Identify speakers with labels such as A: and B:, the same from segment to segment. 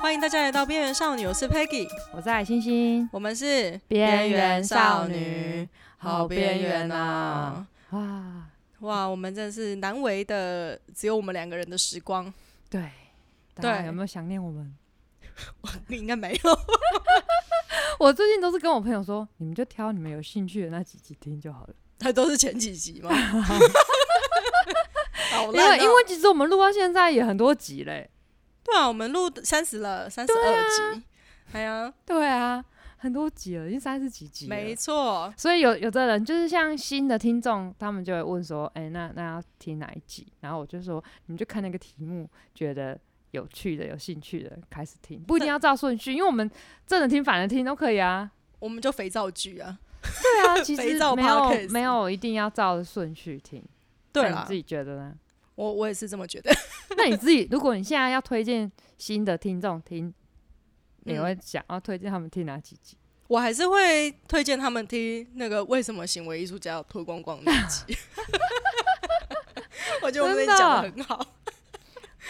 A: 欢迎大家来到边缘少女，我是 Peggy，
B: 我是海星星，
A: 我们是
B: 边缘少女，
A: 好边
B: 哦
A: 缘啊！
B: 哇，
A: 哇，我们真的是难为的只有我们两个人的时光，
B: 对，大家
A: 对
B: 有没有想念我们？
A: 你应该没有。
B: 我最近都是跟我朋友说，你们就挑你们有兴趣的那几集听就好 了，
A: 它都是前几集 嘛。好
B: 因
A: 烂
B: 为
A: 哦
B: 因为其实我们录到现在也很多集嘞，
A: 对啊，我们录三十了，三十二
B: 啊
A: 集，哎呀，
B: 对啊，很多集了，已经三十几集了，
A: 没错，
B: 所以有有的人就是像新的听众，他们就会问说：“哎、那那要听哪一集？”然后我就说：“你们就看那个题目，觉得有趣的、有兴趣的开始听，不一定要照顺序，因为我们正着听、反着听都可以啊。
A: 我们就肥皂剧啊。
B: 对啊，其实
A: 肥皂
B: 没有
A: podcast
B: 没有一定要照着顺序听。
A: 对
B: 那
A: 啦
B: 你自，己觉得呢？
A: 我我也是这么觉得。
B: 那你自己，如果你现在要推荐新的听众听，你
A: 嗯
B: 会想要推荐他们听哪几集？
A: 我还是会推荐他们听那个为什么行为艺术家要脱光光那一 集。我觉得我们
B: 真的
A: 讲的很好。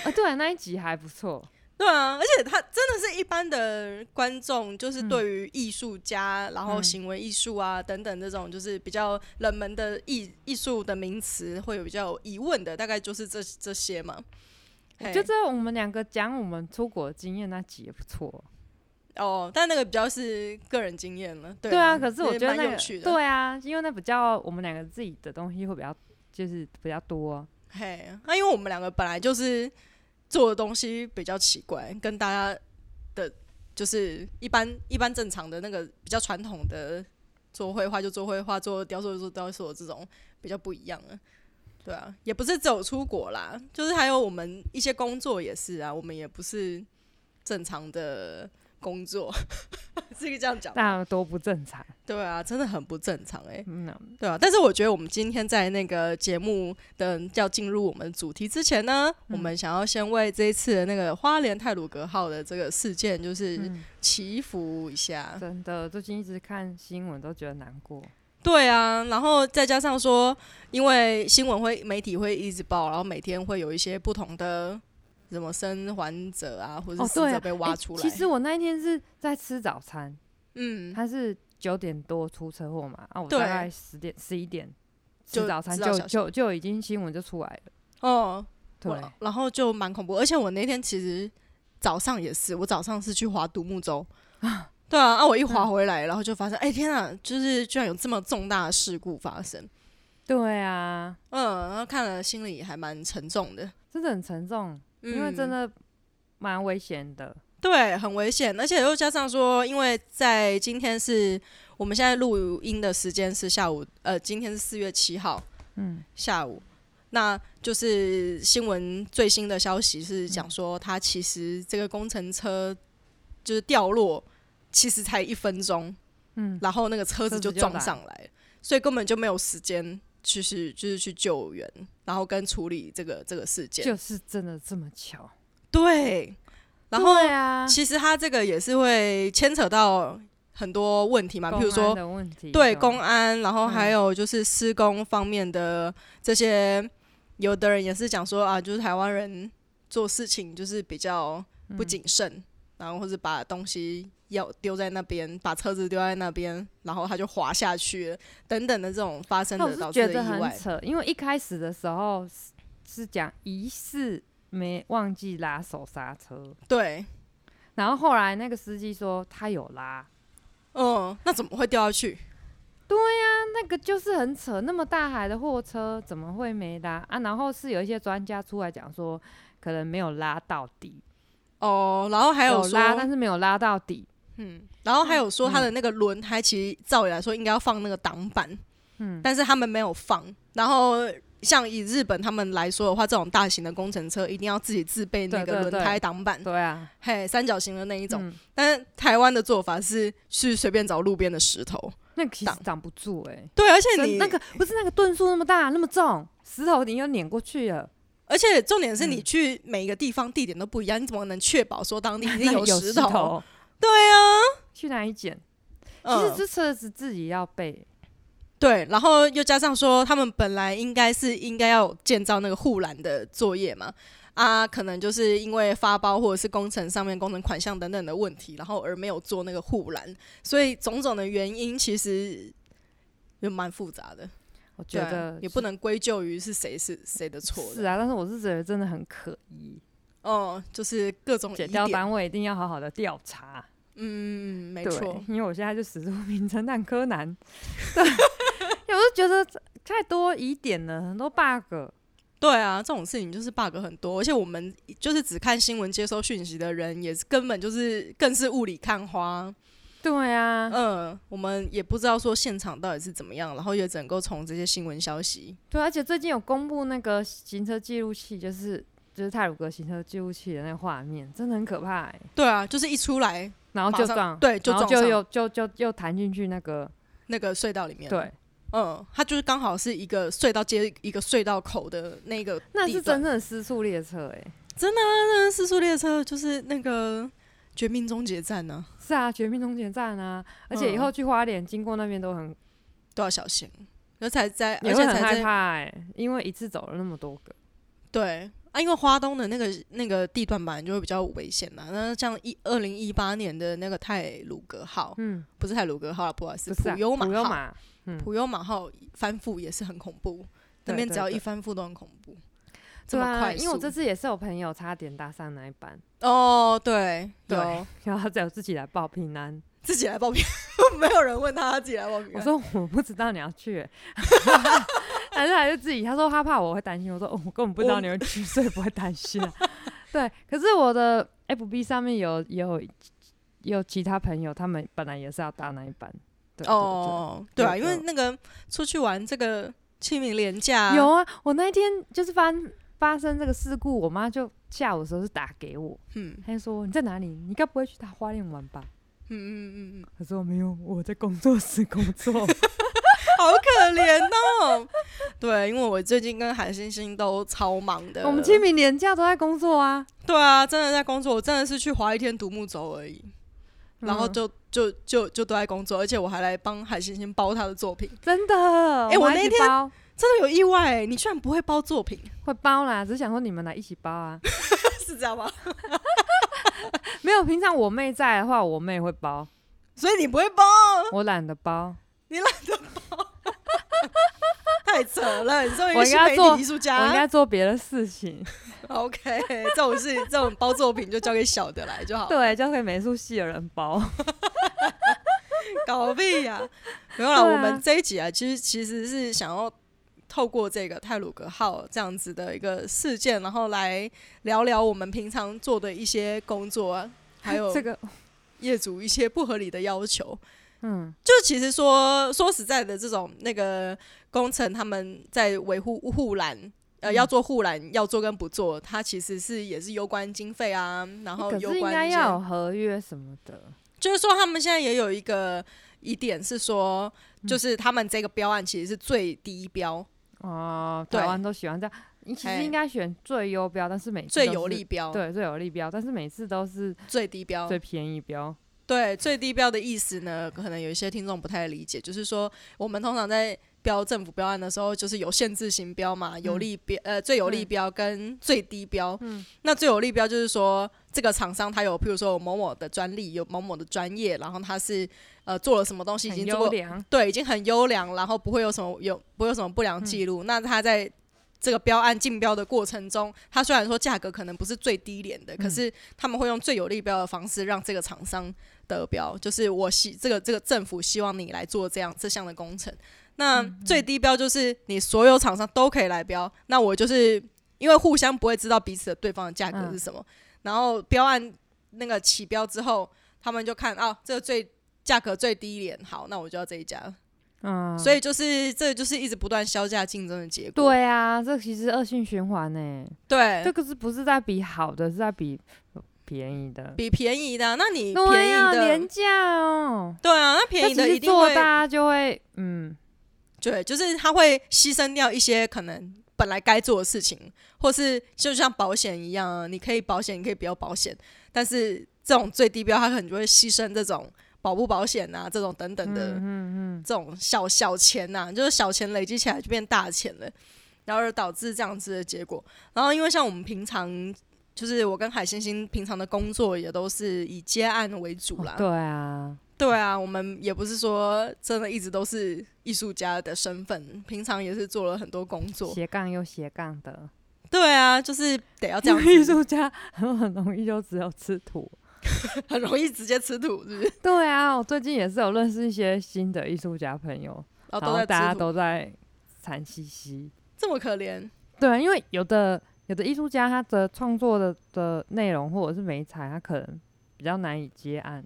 B: 啊，对啊，那一集还 不错。
A: 对啊，而且他真的是一般的观众，就是对于艺术家，然后
B: 嗯
A: 行为艺术啊等等这种，就是比较冷门的艺艺术的名词，会有比较有疑问的，大概就是这这些嘛。嘿
B: 就这，我们两个讲我们出国的经验那集也不错。
A: 哦，但那个比较是个人经验了，对
B: 对啊，
A: 啊，
B: 可是我觉得
A: 蛮
B: 那
A: 有
B: 个
A: 趣的，，
B: 对啊，因为那比较我们两个自己的东西会比较就是比较多，
A: 嘿，那、因为我们两个本来就是做的东西比较奇怪，跟大家的，就是一般一般正常的那个比较传统的做绘画就做绘画，做雕塑就做雕塑这种比较不一样了。对啊，也不是只有出国啦，就是还有我们一些工作也是啊，我们也不是正常的工作，是一个这样讲吗。
B: 那多不 正常。
A: 对啊，真的很不正常哎、
B: 嗯啊，
A: 对啊，但是我觉得我们今天在那个节目的要进入我们主题之前呢，我
B: 嗯
A: 们想要先为这一次的那个花莲泰鲁格号的这个事件，就是
B: 嗯
A: 祈福一下。
B: 真的，最近一直看新闻都觉得难过。
A: 对啊，然后再加上说，因为新闻会媒体会一直报，然后每天会有一些不同的什么生还者啊，或者
B: 哦
A: 是，死
B: 对、
A: 者
B: 啊，
A: 被挖
B: 诶
A: 出来。
B: 其实我那一天是在吃早餐，
A: 嗯，
B: 他是九点多出车祸嘛，啊，我
A: 对
B: 大概十点十一点吃
A: 就
B: 早餐
A: 知道
B: 就
A: 消息
B: 就就已经新闻就出来了。
A: 哦，
B: 对，
A: 我然后就蛮恐怖，而且我那天其实早上也是，我早上是去划独木舟，对啊，啊我一
B: 嗯
A: 划回来，然后就发现，哎、天啊，就是居然有这么重大的事故发生，
B: 对啊，
A: 嗯，然后看了心里还蛮沉重的，
B: 真的很沉重，因为
A: 嗯
B: 真的蛮危险的。
A: 对，很危险，而且又加上说，因为在今天是我们现在录音的时间是下午，呃，今天是四月七号，嗯，下午，那就是新闻最新的消息是讲说，他其实这个工程车就是掉落，其实才一分钟，
B: 嗯，
A: 然后那个车子
B: 车子
A: 就
B: 就
A: 撞
B: 来
A: 上来，所以根本就没有时间。就是就是去救援，然后跟处理这个这个事件，
B: 就是真的这么巧。
A: 对，然后
B: 对啊，
A: 其实它这个也是会牵扯到很多问题嘛，
B: 公
A: 啊譬如
B: 安
A: 说
B: 的问题，
A: 对
B: 吧
A: 公安，然后还
B: 嗯
A: 有就是施工方面的这些，有的人也是讲说啊，就是台湾人做事情就是比较不谨慎，然后或者把东西要丢在那边，把车子丢在那边，然后它就滑下去了等等的这种发生
B: 那我
A: 的
B: 是
A: 导致
B: 觉
A: 的
B: 得
A: 意
B: 很
A: 外，
B: 扯，因为一开始的时候是是讲疑似没忘记拉手刹车，
A: 对，
B: 然后后来那个司机说他有拉，
A: 嗯，那怎么会掉下去？
B: 那个就是很扯，那么大海的货车怎么会没拉啊？然后是有一些专家出来讲说，可能没有拉到底，
A: 哦，然后还
B: 有
A: 说
B: 拉，但是没有拉到底，
A: 嗯，然后还有说它的那个轮胎，其实照理来说应该要放那个挡板，
B: 嗯
A: 但是他们没有放。然后像以日本他们来说的话，这种大型的工程车一定要自己自备那
B: 对
A: 个
B: 对
A: 轮胎挡板，
B: 对啊，
A: 嘿，三角形的嗯那一种。
B: 嗯
A: 但是台湾的做法是是随便找路边的石头，
B: 那个其实
A: 挡
B: 挡不住哎、
A: 对，而且你
B: 真那个不是那个吨数那么大，那么重，石头你又碾过去了。
A: 而且重点是你
B: 嗯
A: 去每一个地方地点都不一样，你怎么能确保说当地一定
B: 那有
A: 石头？，
B: 对啊，去哪里捡？其实
A: 嗯，
B: 这车子自己要备，
A: 对，然后又加上说他们本来应该是应该要建造那个护栏的作业嘛，啊，可能就是因为发包或者是工程上面工程款项等等的问题，然后而没有做那个护栏，所以种种的原因其实也蛮复杂的。
B: 我觉
A: 对啊
B: 得
A: 也不能归咎于是谁是谁的错
B: 是啊
A: 的，
B: 啊，但是我是觉得真的很可疑，
A: 哦、就是各种
B: 检
A: 疑
B: 调
A: 点，
B: 单位一定要好好的调查。
A: 嗯，没
B: 对，
A: 错，
B: 因为我现在就死出名侦探柯南， 对，我就觉得太多疑点了，很多 bug。
A: 对啊，这种事情就是 bug 很多，而且我们就是只看新闻接收讯息的人，也是根本就是更是雾里看花。
B: 对啊，
A: 嗯，我们也不知道说现场到底是怎么样，然后也只能够从这些新闻消息。
B: 对，而且最近有公布那个行车记录器，就是就是泰鲁格行车记录器的那个画面，真的很可怕、欸。
A: 对啊，就是一出来
B: 然后
A: 马
B: 就
A: 上
B: 撞，
A: 对哦就
B: 然后
A: 撞
B: 就
A: 上
B: 又就就又弹进去那个，
A: 那个隧道里面，，
B: 对，
A: 嗯，它就是刚好是一个隧道接一个隧道口的那个地段，啊
B: 那是真正的失速列车、欸，
A: 那四速列车就是那个绝命终结站呢、
B: 是啊，绝命终结站啊，而且以
A: 嗯
B: 后去花莲经过那边都很，
A: 都要小心，而且在
B: 也
A: 而
B: 会
A: 且
B: 很
A: 才
B: 害
A: 在哦
B: 怕、欸，因为一次走了那么多个。
A: 对啊，因为花东的那个那个地段本来就会比较危险呐、那像一二零一八年的那个泰鲁格号，
B: 嗯，
A: 不是泰鲁格号啦，不好意思，
B: 不是、啊、
A: 普悠
B: 普
A: 马
B: 悠
A: 号，
B: 马，
A: 普悠马号翻覆也是很恐怖，那
B: 对
A: 边
B: 对
A: 只要
B: 对
A: 一翻覆都很恐怖，这
B: 对
A: 么
B: 啊，
A: 快速，
B: 因为我这次也是有朋友差点搭上那一班，
A: 哦对
B: 对
A: 有
B: 然后他只有自己来报平安。
A: 自己来报名， 没有人问他，他自己来报名。
B: 我说我不知道你要去、欸，但是他就自己，他说他怕我会担心。我说哦，我根本不知道
A: 我
B: 你会去，所以不会担心、啊。 对，可是我的 FB 上面有也有也有其他朋友，他们本来也是要搭那一班。对，
A: 哦，对啊，
B: 有
A: 因为
B: 有
A: 那个出去玩这个清明廉价
B: 对对有啊，我那一天就是发发生这个事故，我妈就下午的时候是打给我，
A: 嗯
B: 她就说你在哪里？你该不会去大花莲玩吧？
A: 嗯嗯嗯嗯，
B: 可是我没有，我在工作室工 作。
A: 好可怜哦。对，因为我最近跟韩星星都超忙的，
B: 我们清明年假都在工作啊，
A: 对啊，真的在工作，我真的是去划一天独木舟而已， 然后
B: 嗯
A: 就就就就都在工作，而且我还来帮韩星星包他的作品，
B: 真的，
A: 哎我
B: 还
A: 那
B: 一起
A: 天
B: 包
A: 真的有意外欸，你居然不会包作 品，
B: 会包啦，只是想说你们来一起包啊。
A: 是这样吗？
B: 没有，平常我妹在的话，我妹会包，
A: 所以你不会包，
B: 我懒得包。
A: 太扯了，你作为一
B: 我
A: 个
B: 应
A: 新
B: 该
A: 媒
B: 做
A: 体艺术
B: 我应
A: 家
B: 该做别的事情，
A: ，OK，这种事这种包作品就交给小的来就好了。
B: 对，交给美术系的人包。
A: 搞屁 呀、没有啦，
B: 对啊
A: 我们这一集啊，其实其实是想要透过这个泰鲁格号这样子的一个事件，然后来聊聊我们平常做的一些工作啊， 还有
B: 这个，
A: 业主一些不合理的要求。
B: 嗯，
A: 就其实说说实在的，这种那个工程他们在维护护栏。呃，
B: 嗯
A: 要做护栏，要做跟不做，它其实是也是有关经费啊，然后
B: 可
A: 有
B: 是应
A: 关
B: 该
A: 一些
B: 要有合约什么的。
A: 就是说，他们现在也有一个疑点是说，
B: 嗯
A: 就是他们这个标案其实是最低标、
B: 哦，
A: 对
B: 台湾都喜欢这样。你其
A: 哎
B: 实应该选最优标，但是每次
A: 最
B: 都
A: 有
B: 是
A: 利，标、哦
B: 对，最有利标，但是每次都是
A: 最低标。
B: 最便宜标。
A: 对，最低标的意思呢，可能有一些听众不太理解，就是说，我们通常在标政府标案的时候，就是有限制型标
B: 嗯
A: 嘛，有利标、呃最有利标跟最低标。嗯，那最有利标就是说，这个厂商他有，譬如说有某某的专利，有某某的专业，然后他是呃做了什么东西，已
B: 很
A: 经做
B: 优
A: 过
B: 良，
A: 对，已经很优良，然后不会有什么有不会有什么不良记录。那他在这个标案竞标的过程中，他虽然说价格可能不是最低廉的，
B: 嗯
A: 可是他们会用最有利标的方式让这个厂商得标，就是我希这个这个政府希望你来做这样这项的工程。那
B: 嗯
A: 最低标就是你所有厂商都可以来标，那我就是因为互相不会知道彼此的对方的价格是什
B: 嗯
A: 么，然后标案那个起标之后，他们就看啊这个最价格最低廉，好，那我就要这一家。
B: 嗯，
A: 所以就是这就是一直不断削价竞争的结果。
B: 对啊，这其实恶性循环呢、
A: 对
B: 这个是不是在比好的，是在比便宜的？
A: 比便宜的，那你
B: 对
A: 便
B: 呀、
A: 宜
B: 廉
A: 的，
B: 价哦。
A: 对啊，那便宜的
B: 那其
A: 一
B: 实
A: 定
B: 做
A: 会
B: 大家就会，嗯，
A: 对，就是他会牺牲掉一些可能本来该做的事情，或是就像保险一样啊，你可以保险，你可以不要保险，但是这种最低标，他可能就会牺牲这种保不保险啊，这种等等的，
B: 嗯嗯嗯，
A: 啊这种小小钱呐、就是小钱累积起来就变大钱了。然后而导致这样子的结果。然后因为像我们平常，就是我跟海星星平常的工作也都是以接案为主啦，
B: 对啊，
A: 对啊，我们也不是说真的一直都是艺术家的身份，平常也是做了很多工作。
B: 斜杠又斜杠的，
A: 对啊，就是得要这样
B: 艺
A: 子，
B: 术家很很容易就只有吃土。
A: 很容易直接吃土，是不是？
B: 对啊，我最近也是有认识一些新的艺术家朋友，
A: 然后哦
B: 然
A: 都
B: 后
A: 在
B: 大家
A: 吃土，
B: 都在惨兮兮。
A: 这么可怜。
B: 对啊，因为有的有的艺术家他的创作的的内容或者是美材，他可能比较难以接案，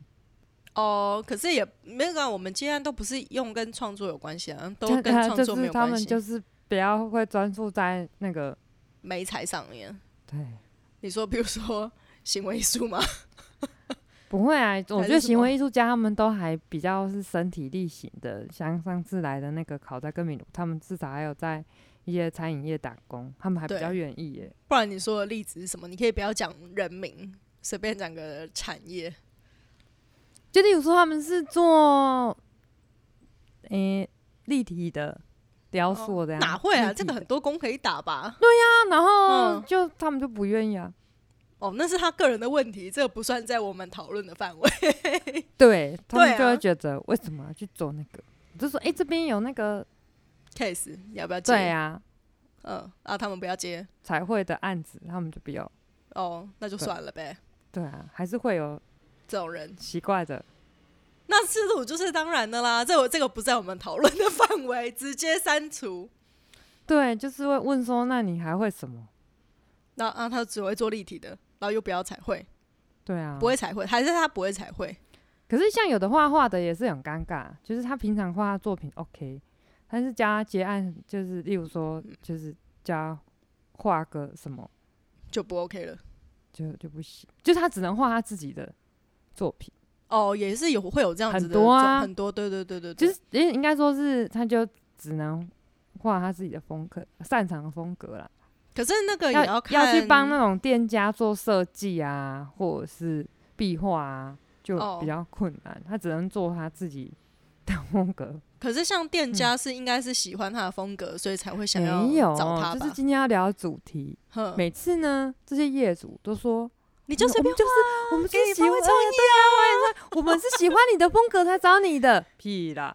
A: 哦，可是也那个我们接案都不是用跟创作有关系啊，都
B: 就
A: 跟
B: 他
A: 创
B: 就
A: 作没
B: 是
A: 有
B: 他
A: 关
B: 们
A: 系，
B: 就是比较会专注在那个
A: 美材上面。
B: 对。
A: 你说，比如说行为艺术吗？
B: 不会啊，我
A: 还
B: 觉
A: 是
B: 得
A: 什
B: 行
A: 么
B: 为艺术家他们都还比较是身体力行的，像上次来的那个考在跟米卢，他们至少还有在一些餐饮业打工，他们还比
A: 对
B: 较愿意耶。
A: 不然你说的例子是什么？你可以不要讲人名，随便讲个产业。
B: 就例如说他们是做，诶、立体的雕塑这样，
A: 哦哪会啊？
B: 立体
A: 这个很
B: 的
A: 多工可以打吧？
B: 啊，然后
A: 嗯
B: 就、他们就不愿意啊。
A: 哦，那是他个人的问题，这个不算在我们讨论的范围。
B: 对他们
A: 对
B: 就
A: 啊
B: 会觉得为什么要去做那个？就说诶、哎这边有那个
A: case 你要不要接？
B: 对啊
A: 嗯，啊，他们不要接，
B: 彩绘的案子，他们就不要。
A: 哦，那就算了呗。
B: 对啊，还是会有
A: 这种人，
B: 奇怪的。
A: 那吃土就是当然的啦，这我这个不在我们讨论的范围，直接删除。
B: 对，就是会问说，那你还会什么？
A: 那啊，他只会做立体的，然后又不要彩绘，
B: 对啊，
A: 不会。彩绘，还是他不会彩绘？
B: 可是像有的画画的也是很尴尬，就是他平常画作品 OK，但是加结案，就是例如说，
A: 嗯
B: 就是加画个什么，
A: 就不 OK 了。
B: 就就不行，就是他只能画他自己的作品，
A: 哦，也是有会有这样子的
B: 很多啊
A: 状很多，对对对对
B: 就
A: 对，
B: 是也应该说是他就只能画他自己的风格，擅长的风格啦。
A: 可是那个也
B: 要
A: 看
B: 去帮那种店家做设计啊，或者是壁画啊，就
A: 哦
B: 比较困难。他只能做他自己的风格。
A: 可是像店家是应该是喜欢他的风格，所以才会 想要
B: 嗯没有，哦
A: 找他
B: 就是
A: 吧？
B: 今天要聊的主题。
A: 哼，
B: 每次呢，这些业主都说，
A: 你就随
B: 我
A: 便
B: 们就是我们
A: 给
B: 就是
A: 你
B: 喜
A: 发
B: 欢
A: 挥
B: 对
A: 创
B: 啊对啊，我们是喜欢你的风格才找你的， 屁啦，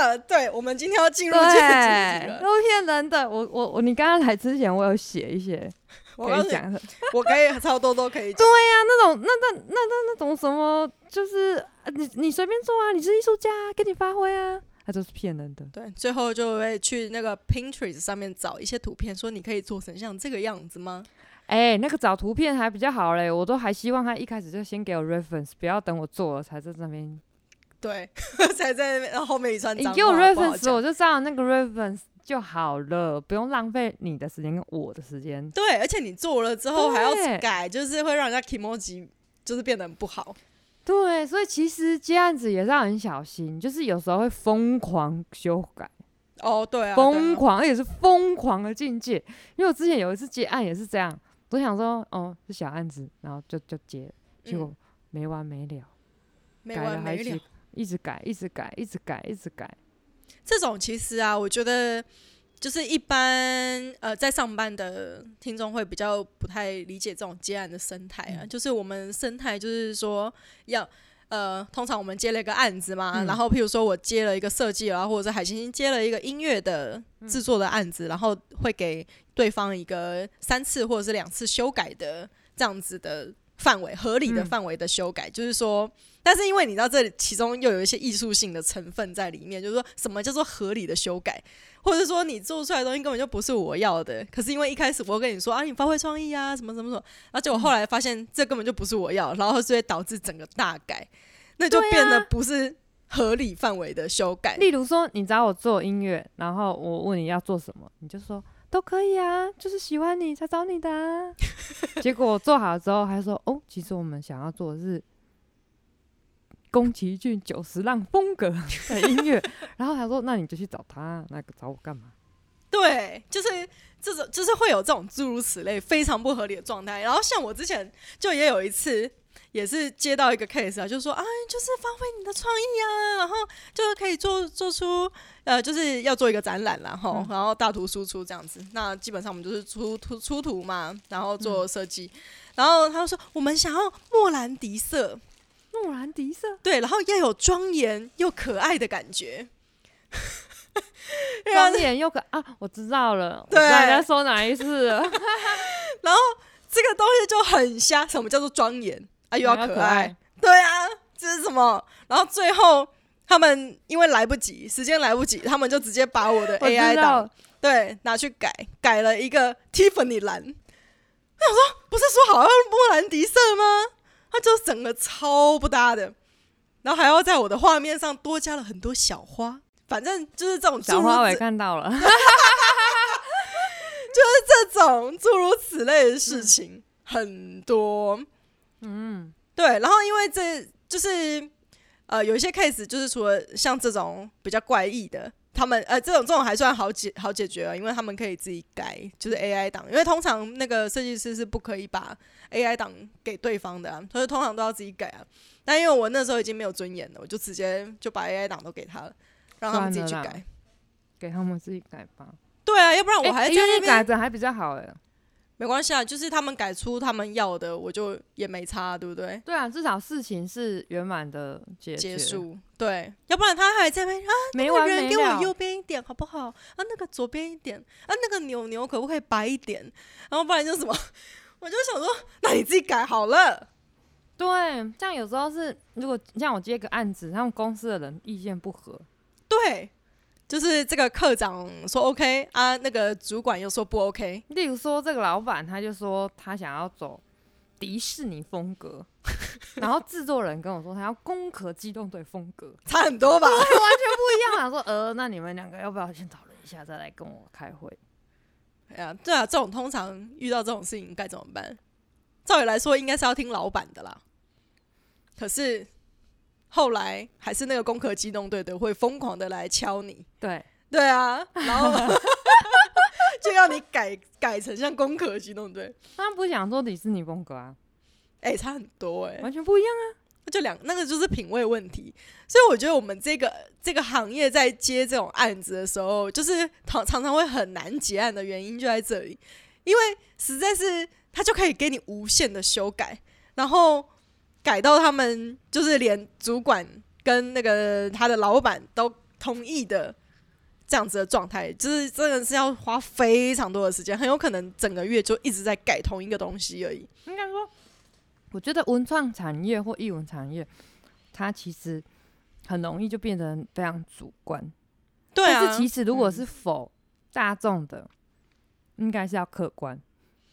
A: 呃， 对，我们今天要 进入
B: 对
A: 这个主题，了。
B: 都骗人的。我我我，你刚刚来之前，我有写一些
A: 我
B: 可
A: 告诉
B: 以
A: 你，
B: 讲的，
A: 我可以超多都可以讲。
B: 那种那那那那那种什么，就是啊你你随便做啊，你是艺术家、啊，给你发挥啊，他都是骗人的。
A: 对，最后就会去那个 Pinterest 上面找一些图片，说你可以做成像这个样子吗？
B: 哎、那个找图片还比较好嘞，我都还希望他一开始就先给我 reference，不要等我做了才在那边。
A: 对， 才在那边然后后面一串
B: 你
A: 脏话。
B: 哎给我
A: 不好
B: reference，哦
A: 讲
B: 我就照那个 reference 就好了，不用浪费你的时间跟我的时间。
A: 对，而且你做了之后还要
B: 对
A: 改，就是会让人家 emoji 就是变得很不好。
B: 对，所以其实接案子也是要很小心，就是有时候会疯狂修改。
A: 哦，对啊，
B: 疯
A: 对啊
B: 狂，而且是疯狂的境界。因为我之前有一次接案也是这样，我想说哦是小案子，然后就就接，结果
A: 嗯
B: 没完没了，
A: 没
B: 改了
A: 完没
B: 还一
A: 了
B: 直。一直改，一直改，一直改，一直改。
A: 这种其实啊，我觉得就是一般呃在上班的听众会比较不太理解这种接案的生态啊，就是我们生态就是说要。呃，通常我们接了一个案子嘛，
B: 嗯
A: 然后譬如说我接了一个设计啊，或者是海星星接了一个音乐的制作的案子，然后会给对方一个三次或者是两次修改的这样子的范围，合理的
B: 嗯
A: 范围的修改，就是说但是因为你知道这里其中又有一些艺术性的成分在里面，就是说什么叫做合理的修改，或者说你做出来的东西根本就不是我要的，可是因为一开始我跟你说啊，你发挥创意啊，什么什么什么，而且我后来发现这根本就不是我要，然后所以导致整个大改，那就
B: 对啊
A: 变得不是合理范围的修改。
B: 例如说，你找我做音乐，然后我问你要做什么，你就说都可以啊，就是喜欢你才找你 的、啊。结果我做好了之后，还说哦，其实我们想要做的是宫崎骏九十浪风格的音乐， 然后他说那你就去找他，那个找我干嘛？
A: 对，就是这种，就是会有这种诸如此类非常不合理的状态。然后像我之前就也有一次，也是接到一个 case 啊，就是说啊，就是发挥你的创意啊，然后就是可以做做出呃，就是要做一个展览啦，吼，然后大图输出这样子。那基本上我们就是出图出图嘛，然后做设计。然后他就说，我们想要莫兰迪色，
B: 诺兰迪色，
A: 对，然后要有庄严又可爱的感觉。 对啊
B: 双眼又可啊，我知道了，我
A: 对
B: 知道你在说哪一次了，
A: 然后这个东西就很瞎，什么叫做庄严啊？ 又要
B: 要
A: 可
B: 可
A: 爱，，对啊，这是什么？然后最后他们因为来不及，时间来不及，他们就直接把我的
B: 我
A: AI
B: 知
A: 档
B: 道，
A: 对拿去改，改了一个 Tiffany 蓝。我想说，不是说好要莫兰迪色吗？它就整个超不搭的，然后还要在我的画面上多加了很多小花，反正就是这种诸
B: 小
A: 如
B: 花我也
A: 此
B: 看到了，
A: 这种诸如此类的事情、很多。
B: 嗯，
A: 对，然后因为这就是呃，有一些 case 就是除了像这种比较怪异的，他们呃这种这种还算好解好解决啊，因为他们可以自己改，就是 AI 档，因为通常那个设计师是不可以把 AI 档给对方的、啊，所以通常都要自己改啊。但因为我那时候已经没有尊严了，我就直接就把 AI 档都给他了，让他们自己去
B: 算了啦
A: 改。
B: 给他们自己改吧，
A: 对啊，要不然我
B: 诶
A: 还在
B: 因为
A: 那
B: 你
A: 边、
B: 改的还比较好哎，
A: 没关系啊，就是他们改出他们要的，我就也没差，对不对？
B: 对啊，至少事情是圆满的解决
A: 结，束，对，要不然他还在那边啊，
B: 没
A: 那个
B: 完
A: 人
B: 没
A: 给我
B: 了，
A: 右边一点好不好？啊，那个左边一点，啊，那个牛牛可不可以白一点？然后不然就什么， 我就想说，那你自己改好了。
B: 对，像有时候是如果像我接个案子，他们公司的人意见不合，
A: 对，就是这个课长说 OK 啊，那个主管又说不 OK，
B: 例如说，这个老板他就说他想要走迪士尼风格， 然后制作人跟我说他要攻壳机动队风格，
A: 差很多吧？
B: 不一样啊。说呃，那你们两个要不要先讨论一下，再来跟我开会？
A: 哎呀，对啊，这种通常遇到这种事情该怎么办？照理来说，应该是要听老板的啦。可是后来还是那个攻壳机动队的会疯狂的来敲你，
B: 对，
A: 对啊，然后 就要你改改成像攻壳机动队，
B: 他们不想做迪士尼风格 啊，
A: 哎、差很多哎、
B: 完全不一样啊。
A: 就两那个就是品味问题，所以我觉得我们这个这个行业在接这种案子的时候，就是常常常会很难结案的原因就在这里，因为实在是他就可以给你无限的修改，然后改到他们就是连主管跟那个他的老板都同意的这样子的状态，就是真的是要花非常多的时间，很有可能整个月就一直在改同一个东西而已。
B: 应该说，我觉得文创产业或艺文产业，它其实很容易就变得非常主观。
A: 对啊，
B: 但是其实如果是否大众的，应该是要客观，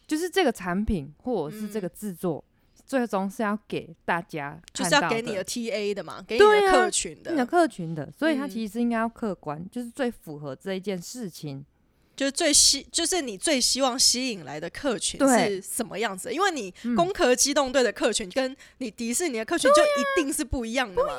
B: 就是这个产品或者是
A: 嗯
B: 这个制作，最终是要给大家
A: 就
B: 看
A: 是
B: 到
A: 要给你的 TA 的嘛，给你
B: 对
A: 的
B: 啊
A: 客群的，
B: 你的客群的，所以它
A: 嗯
B: 其实应该要客观，就是最符合这一件事情。
A: 就是最希，就是你最希望吸引来的客群
B: 对
A: 是什么样子的？因为你
B: 嗯
A: 攻壳机动队的客群跟你迪士尼的客群就一定是不一样的嘛。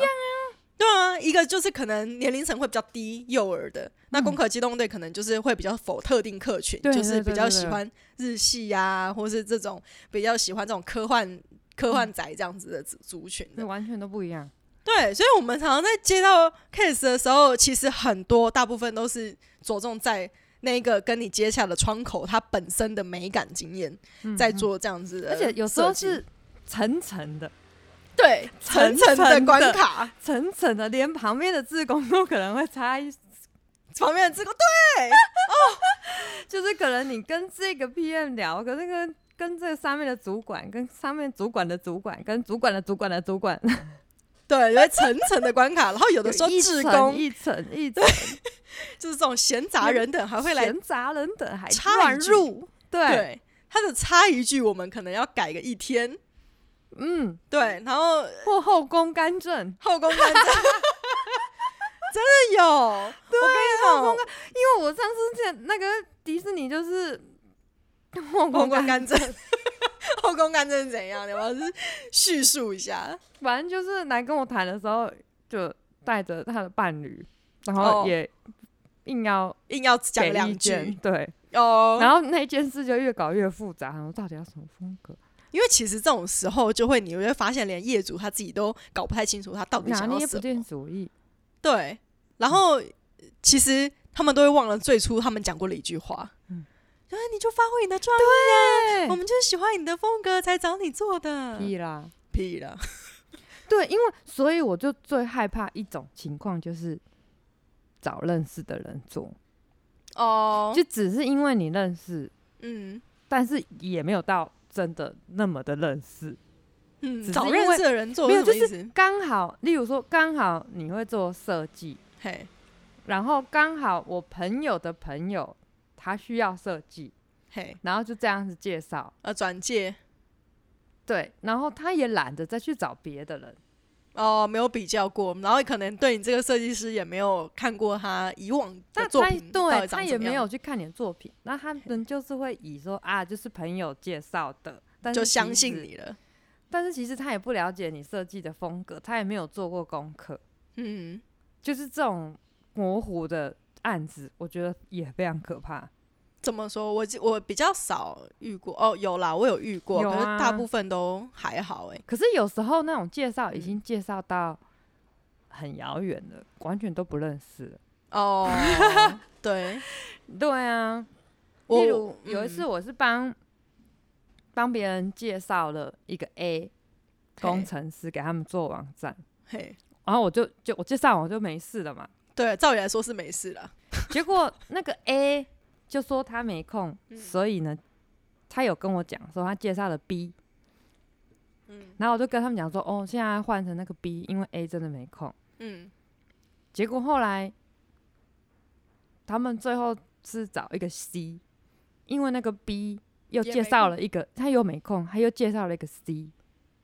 A: 对啊，一个就是可能年龄层会比较低，幼儿的；那
B: 嗯
A: 攻壳机动队可能就是会比较否特定客群，
B: 对
A: 就是
B: 对
A: 比
B: 对
A: 较
B: 对
A: 喜欢日系呀、或是这种比较喜欢这种科幻
B: 嗯
A: 科幻宅这样子的族族群的
B: 那。完全都不一样，
A: 对，所以我们常常在接到 case 的时候，其实很多大部分都是着重在那个跟你接洽的窗口它本身的美感经验，
B: 嗯
A: 在
B: 嗯
A: 做这样子的
B: 而
A: 设计，
B: 且有时候是层层的、
A: 对层
B: 层
A: 层的
B: 层
A: 关
B: 的
A: 卡，
B: 层层的，连旁边的志工都可能会差一
A: 旁边的 这个
B: 就是可能你跟这个 PM 聊，可是跟跟这上面的主管，跟上面主管的主管，跟主管的主管的主管，
A: 对，有层层的关卡，然后有的时候
B: 一
A: 志
B: 层
A: 工
B: 一层一层，
A: 就是这种闲杂人等还会来
B: 闲杂人等还
A: 插
B: 乱
A: 一句
B: 入，，对，
A: 对，他的插一句，我们可能要改个一天，
B: 嗯，
A: 对，然后
B: 或后宫干政，
A: 后宫干政 真的
B: 啊
A: 有，我跟你讲，
B: 因为我上次见那个迪士尼就是 后
A: 后
B: 宫
A: 宫
B: 干，
A: 干政，后宫干政是怎样？你要是叙述一下，
B: 反正就是来跟我谈的时候，就带着他的伴侣，然
A: 哦
B: 后也硬要
A: 硬要讲
B: 给
A: 两
B: 意见
A: 句
B: 对，
A: 哦。
B: 然后那件事就越搞越复杂，然后到底要什么风格？
A: 因为其实这种时候就会你会发现，连业主他自己都搞不太清楚他到底
B: 拿
A: 想要
B: 捏
A: 什
B: 不
A: 么。
B: 定主意。
A: 对，然后其实他们都会忘了最初他们讲过的一句话，嗯
B: 嗯，
A: 就是你就发挥你的创意，啊我们就是喜欢你的风格才找你做的，
B: 屁啦！
A: 屁了，
B: 对，因为所以我就最害怕一种情况，就是找认识的人做，
A: 哦，
B: 就只是因为你认识，
A: 嗯
B: 但是也没有到真的那么的认识。只
A: 嗯，
B: 是
A: 找
B: 因
A: 认
B: 为
A: 识的人做
B: 没
A: 是
B: 有
A: 什么
B: 就
A: 意思？
B: 刚好，例如说，刚好你会做设计，
A: 嘿，
B: 然后刚好我朋友的朋友他需要设计，
A: 嘿，
B: 然后就这样子介绍，
A: 呃，转介
B: 对，然后他也懒得再去找别的人，
A: 哦，没有比较过，然后可能对你这个设计师也没有看过他以往的
B: 但
A: 作
B: 他
A: 品到底
B: 对
A: 长
B: 他
A: 什
B: 也
A: 么
B: 没
A: 样
B: 有去看你的作品，那他们就是会以说啊，就是朋友介绍的，但是
A: 就
B: 其
A: 相信
B: 实，
A: 你了，
B: 但是其实他也不了解你设计的风格，他也没有做过功课，
A: 嗯。
B: 就是这种模糊的案子，我觉得也非常可怕。
A: 怎么说？我记我比较少遇过哦，有啦，我有遇过，
B: 有
A: 可
B: 啊
A: 是大部分都还好哎、
B: 可是有时候那种介绍已
A: 嗯
B: 经介绍到很遥远了，完全都不认识了。
A: 哦，对，
B: 对啊，
A: 我
B: 例如有一次
A: 嗯
B: 我是帮帮别人介绍了一个 A 工程师给他们做网站，
A: 嘿嘿，
B: 然后我就就我介绍完我就没 事了嘛，
A: 对，照理来说是没事啦。
B: 结果那个 A 就说他没空，
A: 嗯
B: 所以呢，他有跟我讲说他介绍了 B，
A: 嗯
B: 然后我就跟他们讲说哦，现在换成那个 B，因为 A 真的没空。
A: 嗯，
B: 结果后来他们最后是找一个 C，因为那个 B 又
A: 也
B: 介
A: 没
B: 绍
A: 空
B: 了一个，他又没空，他又介绍了一个 C，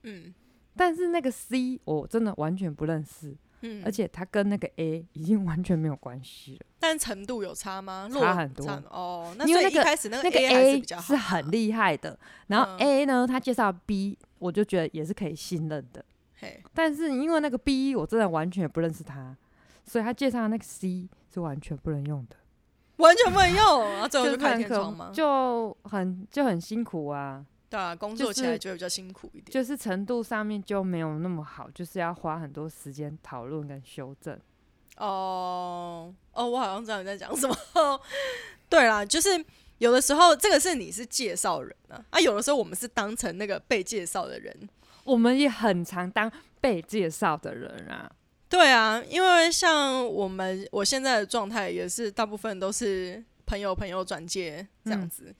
A: 嗯
B: 但是那个 C 我真的完全不认识，
A: 嗯，
B: 而且他跟那个 A 已经完全没有关系了。
A: 但程度有差吗？落
B: 差很多
A: 哦。那
B: 因为
A: 所以一
B: 那个
A: 开始那
B: 那
A: 个 A 还是
B: A
A: 比较好
B: 是
A: 的
B: 很厉害的，然后
A: 嗯
B: A 呢，他介绍 B，我就觉得也是可以信任的。
A: 嘿，
B: 但是因为那个 B 我真的完全不认识他，所以他介绍的那个 C 是完全不能用的。
A: 完全不能用，然后最后
B: 就
A: 就是开
B: 很
A: 天窗
B: 可
A: 吗？
B: 就很就很辛苦啊，
A: 对啊，工
B: 就
A: 作起来
B: 是
A: 就会比较辛苦一点。
B: 就是程度上面就没有那么好，就是要花很多时间讨论跟修正。
A: 哦哦，我好像知道你在讲什么。对啦，就是有的时候这个是你是介绍人啊，啊，有的时候我们是当成那个被介绍的人。
B: 我们也很常当被介绍的人啊，
A: 对啊，因为像我们我现在的状态也是大部分都是朋友朋友转介这样
B: 嗯
A: 子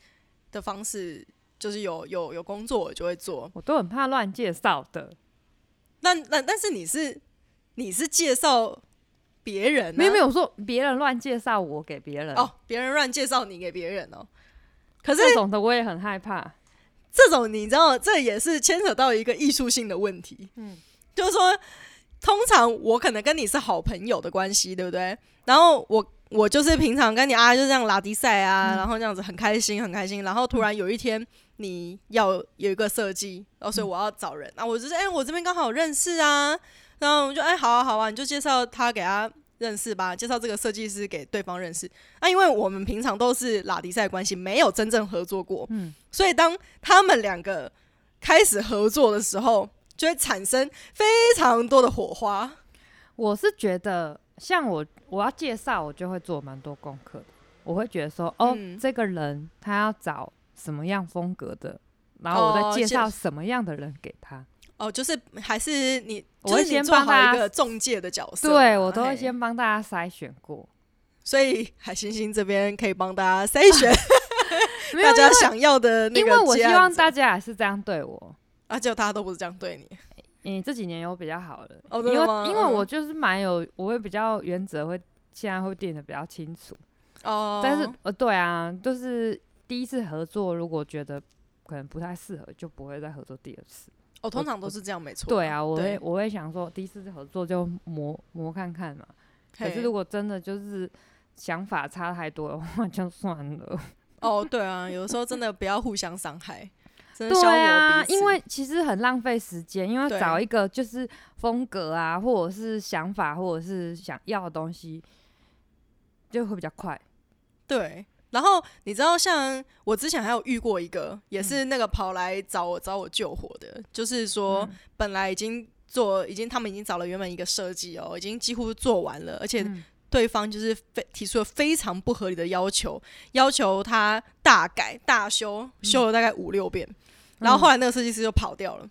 A: 的方式，就是有有有工作我就会做。
B: 我都很怕乱介绍的。
A: 那那但是你是你是介绍别人、啊，
B: 没有没有，我说别人乱介绍我给别人，
A: 哦，别人乱介绍你给别人哦。可是
B: 这种的我也很害怕。
A: 这种你知道，这也是牵扯到一个艺术性的问题。嗯
B: 嗯，
A: 就是说，通常我可能跟你是好朋友的关系，对不对？然后我我就是平常跟你啊，就这样拉迪赛啊，
B: 嗯
A: 然后这样子很开心，很开心。然后突然有一天你要有一个设计，然后所以我要找人啊，我就是哎、我这边刚好认识啊，然后我就哎、好啊好啊，你就介绍他给他。认识吧，介绍这个设计师给对方认识。那、因为我们平常都是拉迪赛的关系，没有真正合作过，
B: 嗯，
A: 所以当他们两个开始合作的时候，就会产生非常多的火花。
B: 我是觉得像我我要介绍，我就会做蛮多功课的。我会觉得说，哦，
A: 嗯
B: 这个人他要找什么样风格的，然后我
A: 哦
B: 再介
A: 介
B: 绍什么样的人给他。
A: 哦，就是还是你，
B: 我
A: 就
B: 会
A: 是你
B: 先
A: 做
B: 帮
A: 好
B: 他
A: 一个中介的角色嘛。
B: 对我都会
A: 嘿
B: 先。帮大家筛选过，
A: 所以海星星这边可以帮大家筛选
B: 啊没有
A: 大，家想要的那
B: 因
A: 个
B: 为我
A: 接
B: 希
A: 案
B: 望
A: 子
B: 大家也是这样对我。
A: 啊，结果大家都不是这样对你。
B: 嗯，这几年有比较好了，
A: 哦真
B: 因
A: 的
B: 为
A: 吗
B: 因为
A: 嗯
B: 我就是蛮有，我会比较原则会现在会定的比较清楚，
A: 哦，
B: 但是呃对啊，就是第一次合作如果觉得可能不太适合，就不会再合作第二次。
A: 哦，通常都是这样，没错。
B: 对啊，我会
A: 对
B: 我会想说第一次合作就磨磨看看嘛，可是
A: 嘿
B: 如果真的就是想法差太多的话，就算了。
A: 哦，对啊，有的时候真的不要互相伤害，真的消磨
B: 对啊，
A: 彼此
B: 因为其实很浪费时间，因为
A: 对
B: 找一个就是风格啊，或者是想法，或者是想要的东西，就会比较快。
A: 对，然后你知道，像我之前还有遇过一个，也是那个跑来找我找我救火的，就是说本来已经做，已经他们已经找了原本一个设计哦，已经几乎做完了，而且
B: 嗯
A: 对方就是非提出了非常不合理的要求，要求他大改大修，修了大概五六遍，然后后来那个设计师就跑掉了。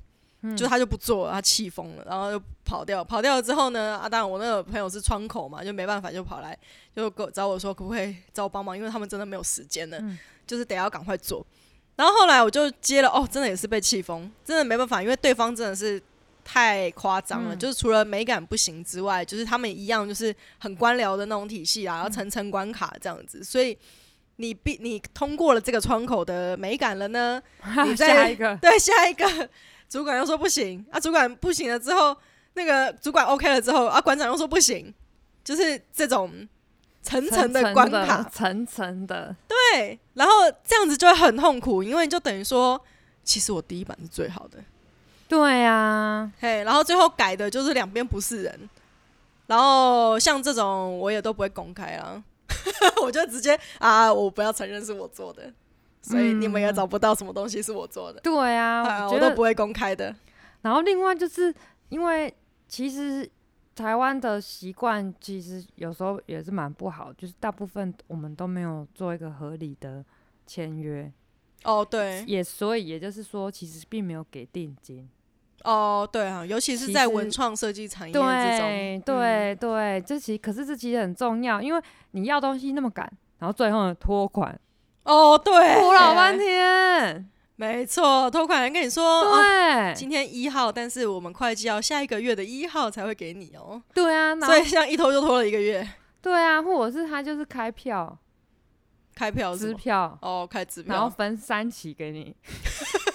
A: 就他就不做了，他气疯了，然后就跑掉。跑掉了之后呢，啊，当然我那个朋友是窗口嘛，就没办法，就跑来就跟我找我说，可不可以找我帮忙，因为他们真的没有时间了，就是得要赶快做。然后后来我就接了，哦，真的也是被气疯，真的没办法，因为对方真的是太夸张了，
B: 嗯
A: 就是除了美感不行之外，就是他们一样就是很官僚的那种体系啊，然后层层关卡这样子，所以。你必你通过了这个窗口的美感了呢， 你再
B: 下一个，
A: 对，下一个 主管又说不行啊，主管不行了之后，那个主管 OK 了之后啊，馆长又说不行，就是这种层层的关卡，
B: 层层的，
A: 对，然后这样子就会很痛苦，因为就等于说，其实我第一版是最好的，
B: 对啊，
A: 嘿，然后最后改的就是两边不是人，然后像这种我也都不会公开啊， 我就直接啊，我不要承认是我做的，所以你们也找不到什么东西是我做的，
B: 对
A: 啊，
B: 啊，
A: 嗯我
B: 觉
A: 都
B: 得
A: 不会公开的，
B: 然后另外就是因为其实台湾的习惯其实有时候也是蛮不好，就是大部分我们都没有做一个合理的签约，
A: 哦，对，
B: 也所以也就是说，其实并没有给定金。
A: 哦，对啊，尤其是
B: 其
A: 在
B: 实
A: 文创设计产业这种，
B: 对对对，这其可是这其实很重要，因为你要东西那么赶，然后最后呢拖款，
A: 哦， 对，
B: 拖老半，天，
A: 没错，拖款人跟你说，哦，
B: 对
A: 今天一号，但是我们会计要下一个月的一号才会给你哦，
B: 对啊，然后
A: 所以像一拖就拖了一个月，
B: 对啊，或者是他就是开票、
A: 开票是
B: 支
A: 吗
B: 票，
A: 哦，开支
B: 然后
A: 票，
B: 分三期给 你，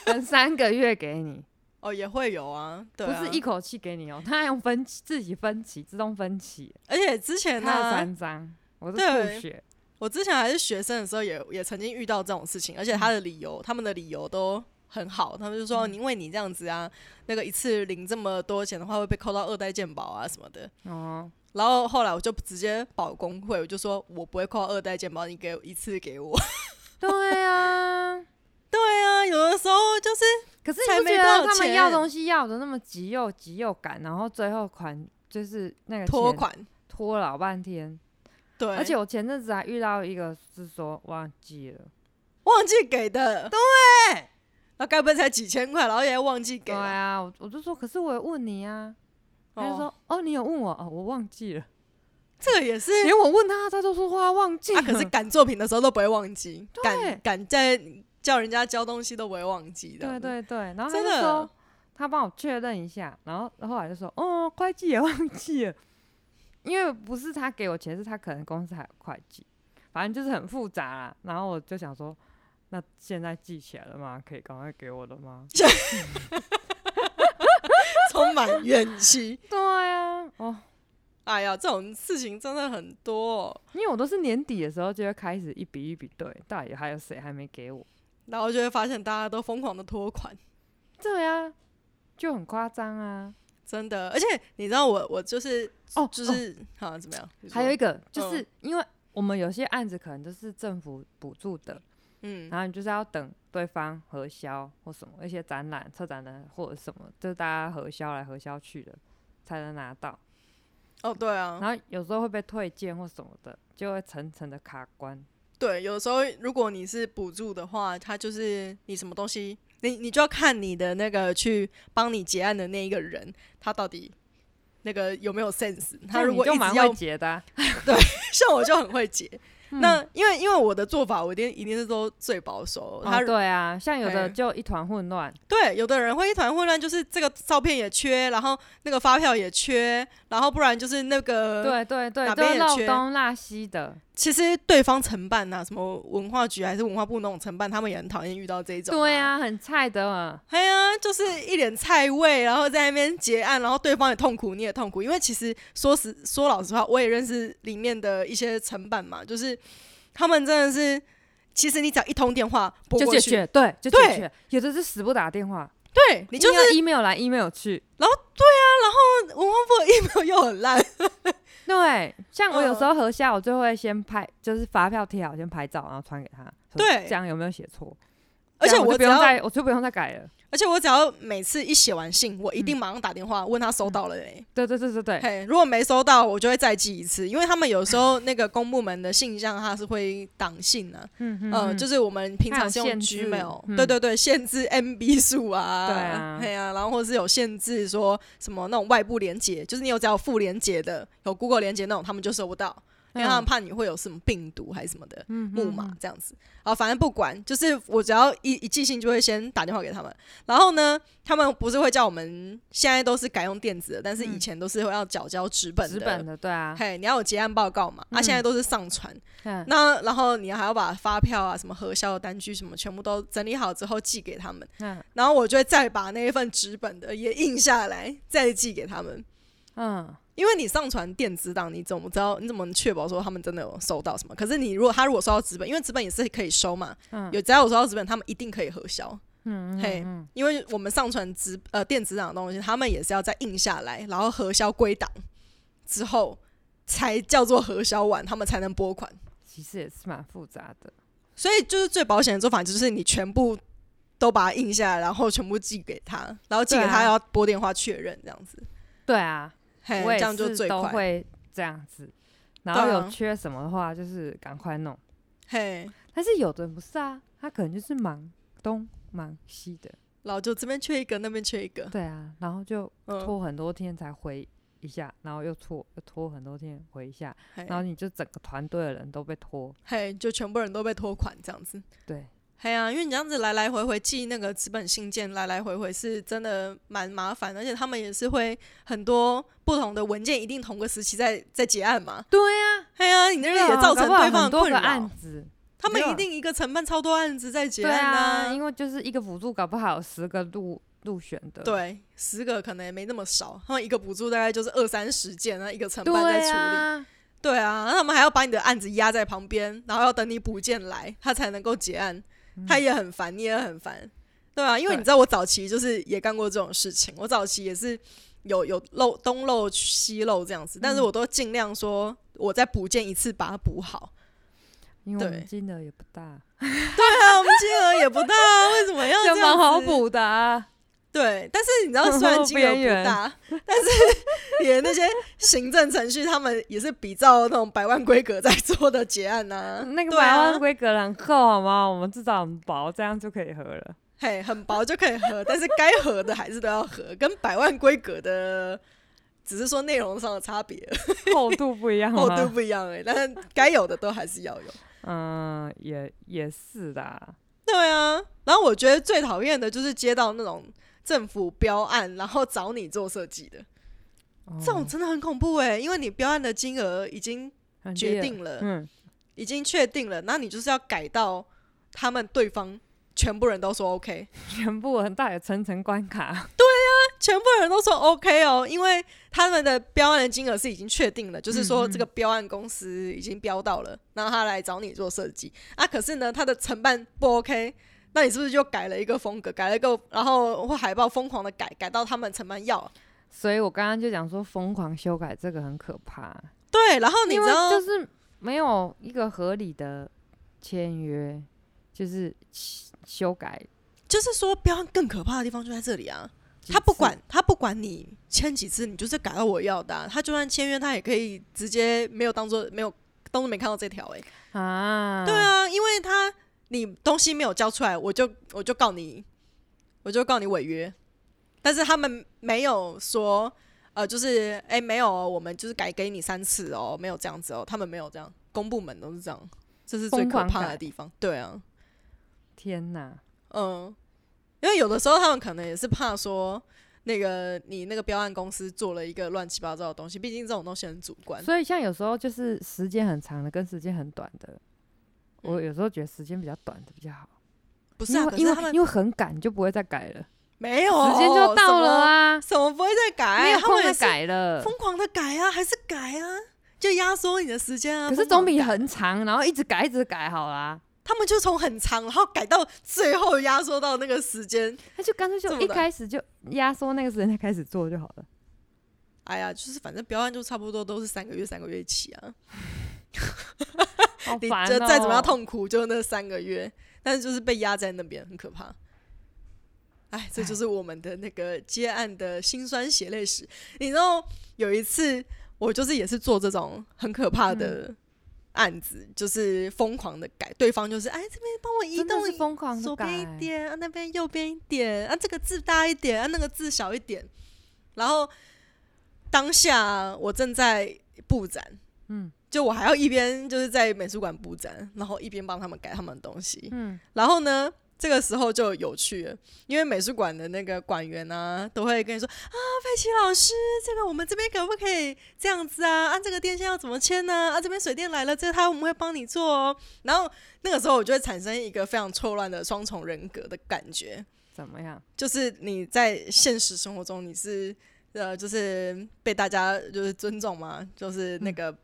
B: 分三个月给你，
A: 哦，也会有啊，对啊，
B: 不是一口气给你哦，他还用分期自己分期，自动分期，
A: 而且之前呢、
B: 他有三张，我是
A: 对
B: 吐血，
A: 我之前还是学生的时候也，也曾经遇到这种事情，
B: 嗯
A: 而且他的理由，他们的理由都很好，他们就说，因为你这样子啊，那个一次领这么多钱的话，会被扣到二代健保啊什么的。
B: 哦，
A: 然后后来我就直接保工会，我就说我不会扣二代健保，你给我一次给 我。
B: 对 啊，
A: 对啊，有的时候就是
B: 可是
A: 才
B: 你不
A: 没
B: 觉
A: 多
B: 得
A: 少
B: 他们要
A: 钱
B: 东西要的那么急又急又赶，然后最后款就是那个
A: 拖
B: 钱
A: 款，
B: 拖老半天，
A: 对，
B: 而且我前阵子还遇到一个是说忘记了，
A: 忘记给的，对，那该不会才几千块，然后也忘记给
B: 对
A: 了，
B: 啊，我我就说可是我有问你啊，他就
A: 哦
B: 说哦你有问我哦我忘记了，
A: 这个也是。
B: 连我问他他都说他忘记
A: 他、
B: 了，
A: 啊可是赶作品的时候都不会忘记，
B: 对
A: 赶赶在叫人家交东西都不会忘记的。
B: 对对对，然后他
A: 真
B: 就
A: 的
B: 说他帮我确认一下，然后后来就说哦会计也忘记了，因为不是他给我钱，是他可能公司还有会计，反正就是很复杂啦。然后我就想说，那现在记起来了吗？可以赶快给我了吗？
A: 充满怨气。
B: 对啊，哦，
A: 哎呀，这种事情真的很多哦、
B: 因为我都是年底的时候就会开始一笔一笔对，到底还有谁还没给我？
A: 然后就会发现大家都疯狂的拖款。
B: 对啊，就很夸张啊。
A: 真的，而且你知道我我就是
B: 哦
A: 就是好、啊、怎么样？你说
B: 还有一个就
A: 嗯
B: 是因为我们有些案子可能都是政府补助的，
A: 嗯
B: 然后你就是要等对方核销或什么一些展览、策展人或者什么，就是大家核销来核销去的，才能拿到。
A: 哦对啊，
B: 然后有时候会被退件或什么的，就会层层的卡关。
A: 对，有时候如果你是补助的话，它就是你什么东西，你你就要看你的那个去帮你结案的那一个人，他到底那个有没有 sense。他
B: 那
A: 如
B: 你
A: 果一
B: 就蛮
A: 直
B: 会
A: 要
B: 结的嗯啊、
A: 像我就很会 结， 那因为因为我的做法，我一定一定是都最保守。他
B: 哦，对啊，像有
A: 嘿
B: 的就一团混乱，
A: 对，有的人会一团混乱，就是这个照片也缺，然后那个发票也缺，然后不然就是那个
B: 对对对，
A: 哪
B: 就
A: 边
B: 是
A: 也
B: 漏
A: 缺
B: 东落西的。
A: 其实对方承办呐、什么文化局还是文化部那种承办，他们也很讨厌遇到这一种、
B: 对
A: 啊，
B: 啊，很菜的啊。
A: 哎呀，就是一脸菜味，然后在那边结案，然后对方也痛苦，你也痛苦。因为其实说实说老实话，我也认识里面的一些承办嘛，就是他们真的是，其实你只要一通电话拨
B: 就
A: 过
B: 解
A: 去，
B: 决，对，就解
A: 对
B: 决。有的是死不打电话，
A: 对你就是啊
B: 硬要 email 来 email 去，
A: 文化部的 email 又很烂，
B: 对，像我有时
A: 嗯
B: 候核销，我就会先拍，就是发票贴好，先拍照，然后传给他。说
A: 对
B: 这样有没有写错？
A: 而且
B: 这样我
A: 我
B: 就不
A: 只
B: 用
A: 要，
B: 再，我就不用再改了。
A: 而且我只要每次一写完信，我一
B: 嗯
A: 定马上打电话问他收到了欸没。
B: 对对对对对，
A: 嘿，如果没收到，我就会再寄一次，因为他们有时候那个公部门的信箱它是会挡信啊，
B: 嗯嗯
A: 呃，就是是我们平常是用
B: 它有限制
A: Gmail，、
B: 嗯
A: 对对对，限制 MB 数啊，
B: 对啊
A: 嘿啊，然后或是有限制说什么那种外部连接，就是你有只要有附连接的，有 Google 连接那种，他们就收不到，
B: 嗯
A: 因为他们怕你会有什么病毒还是什么的。木马这样子，啊，反正不管，就是我只要一一寄信就会先打电话给他们，然后呢，他们不是会叫我们现在都是改用电子的，但是以前都是会要缴交纸本的，
B: 嗯纸本的，对啊，
A: 嘿，你要有结案报告嘛，啊，
B: 嗯
A: 现在都是上传，
B: 嗯
A: 那然后你还要把发票啊、什么核销的单据什么全部都整理好之后寄给他们，
B: 嗯
A: 然后我就会再把那一份纸本的也印下来，再寄给他们。
B: 嗯，
A: 因为你上传电子档，你怎么知道？你怎么确保说他们真的有收到什么？可是你如果他如果收到纸本，因为纸本也是可以收嘛，
B: 嗯
A: 有只要有收到纸本，他们一定可以核销。
B: 嗯
A: 嘿，因为我们上传纸呃电子档的东西，他们也是要再印下来，然后核销归档之后，才叫做核销完，他们才能拨款。
B: 其实也是蛮复杂的。
A: 所以就是最保险的做法，就是你全部都把它印下来，然后全部寄给他，然后寄给
B: 对啊
A: 他要拨电话确认这样子，
B: 对啊，
A: 嘿，
B: 我
A: 这
B: 也
A: 样就是最
B: 都
A: 快。
B: 会这样子，然
A: 对
B: 后
A: 啊
B: 有缺什么的话，就是赶快弄。
A: 嘿，
B: 但是有的人不是啊，他可能就是忙东忙西的，
A: 老舅这边缺一个，那边缺一个，
B: 对啊，然后就
A: 嗯，
B: 拖很多天才回一下，然后又拖又拖很多天回一下，
A: 嘿
B: 然后你就整个团队的人都被拖。
A: 嘿，就全部人都被拖款这样子。
B: 对，
A: 嘿啊，因为你这样子来来回回寄那个纸本信件，来来回回是真的蛮麻烦，而且他们也是会很多不同的文件，一定同个时期在在结案嘛。
B: 对呀、
A: 嘿啊，你那
B: 因
A: 个也造成对方的
B: 很多
A: 困
B: 个案
A: 扰，
B: 子，
A: 他们
B: 对啊
A: 一定一个承办超多案子在结
B: 对
A: 案呐、
B: 啊，因为就是一个辅助，搞不好有十个入入选的，
A: 对，十个可能也没那么少，他们一个补助大概就是二三十件，那一个承
B: 对
A: 办在处理。
B: 啊，
A: 对啊，那他们还要把你的案子压在旁边，然后要等你补件来，他才能够结案，他也很烦，你也很烦，对啊，因为你
B: 嗯对
A: 知道我早期就是也干过这种事情，我早期也是有有漏东漏西漏这样子，
B: 嗯
A: 但是我都尽量说我在补件一次把它补好。
B: 因为我
A: 对
B: 们金额也不大，
A: 对啊，我们金额也不大，为什么要
B: 就
A: 这样
B: 蛮
A: 子？
B: 好补的、啊。
A: 对，但是你知道，虽然金额
B: 边缘
A: 不 大，但是也那些行政程序，他们也是比照那种百万规格在做的结案呐、
B: 那个
A: 对啊
B: 百万规格很厚好吗？我们至少很薄，这样就可以合 了。
A: 嘿，很薄就可以合，但是该合的还是都要合，跟百万规格的只是说内容上的差 别，
B: 厚度不一样
A: 厚度
B: 吗？
A: 不一样哎、欸，但是该有的都还是要有。
B: 嗯，也也是的。
A: 对啊，然后我觉得最讨厌的就是接到那种政府标案，然后找你做设计的，
B: 哦
A: 这种真的很恐怖哎、因为你标案的金额已经
B: 很低
A: 决
B: 了，
A: 定了。
B: 嗯，
A: 已经确定了，那你就是要改到他们对方全部人都说 OK，
B: 全部很大有层层关卡。
A: 全部人都说 OK 哦，因为他们的标案的金额是已经确定了，就是说
B: 嗯嗯
A: 这个标案公司已经标到了，然后他来找你做设计啊，可是呢，他的承办不 OK。那你是不是就改了一个风格，改了一个，然后或海报疯狂的改，改到他们承办要？
B: 所以我刚刚就讲说，疯狂修改这个很可怕，
A: 对，然后你
B: 因
A: 知
B: 为
A: 道，
B: 就是没有一个合理的签约，就是起修改
A: 就是说标案更可怕的地方就在这里啊，
B: 几次。
A: 他不管他不管你签几次，你就是改到我要的啊、他就算签约，他也可以直接没有当做没有当做没看到这条哎、欸
B: 啊，
A: 对，啊，因为他你东西没有交出来，我就我就告你，我就告你违约。但是他们没有说，呃，就是哎、没有哦，我们就是改给你三次哦，没有这样子哦，他们没有这样，公部门都是这样，这呃是最
B: 疯
A: 可
B: 狂
A: 怕
B: 改
A: 的地方。对啊，
B: 天哪，
A: 嗯，因为有的时候他们可能也是怕说，那个你那个标案公司做了一个乱七八糟的东西，毕竟这种东西很主观。
B: 所以像有时候就是时间很长的跟时间很短的，我有时候觉得时间比较短的比较好，
A: 嗯不是
B: 因
A: 啊，
B: 为
A: 可是
B: 因
A: 他
B: 为
A: 们
B: 因为很赶你就不会再改了，
A: 没有
B: 时间就到了，啊，
A: 什么什么不会再
B: 没
A: 改，啊
B: 有
A: 他
B: 空
A: 们也
B: 再
A: 是
B: 改了。
A: 疯狂的改啊，还是改啊，就压缩你的时间啊。
B: 可是
A: 疯狂
B: 总比
A: 改
B: 很长，然后一直改一直改好啦。
A: 他们就从很长，然后改到最后压缩到那个时间，
B: 那就干脆
A: 这
B: 就
A: 么
B: 一
A: 短
B: 开始就压缩那个时间才开始做就好了。
A: 哎呀，就是反正标案就差不多都是三个月，三个月一起啊。
B: 好
A: 你
B: 烦
A: 就
B: 哦
A: 再怎么样，痛苦，就那三个月，但是就是被压在那边，很可怕。哎，这就是我们的那个接案的辛酸血泪史。你知道有一次，我就是也是做这种很可怕
B: 嗯
A: 的案子，就是疯狂的改，对方就是哎这边帮我移
B: 真的
A: 动
B: 是疯狂的
A: 左边
B: 改
A: 一，点，啊那边右边一点，啊这个字大一点，啊那个字小一点。然后当下我正在布展，
B: 嗯
A: 就我还要一边就是在美术馆布展，然后一边帮他们改他们的东西。
B: 嗯，
A: 然后呢，这个时候就有趣了，因为美术馆的那个馆员啊，都会跟你说啊，佩奇老师，这个我们这边可不可以这样子啊？按、这个电线要怎么牵呢、啊？这边水电来了，这个他我们会帮你做哦。然后那个时候我就会产生一个非常错乱的双重人格的感觉，
B: 怎么样？
A: 就是你在现实生活中你是呃，就是被大家就是尊重嘛，就是那个。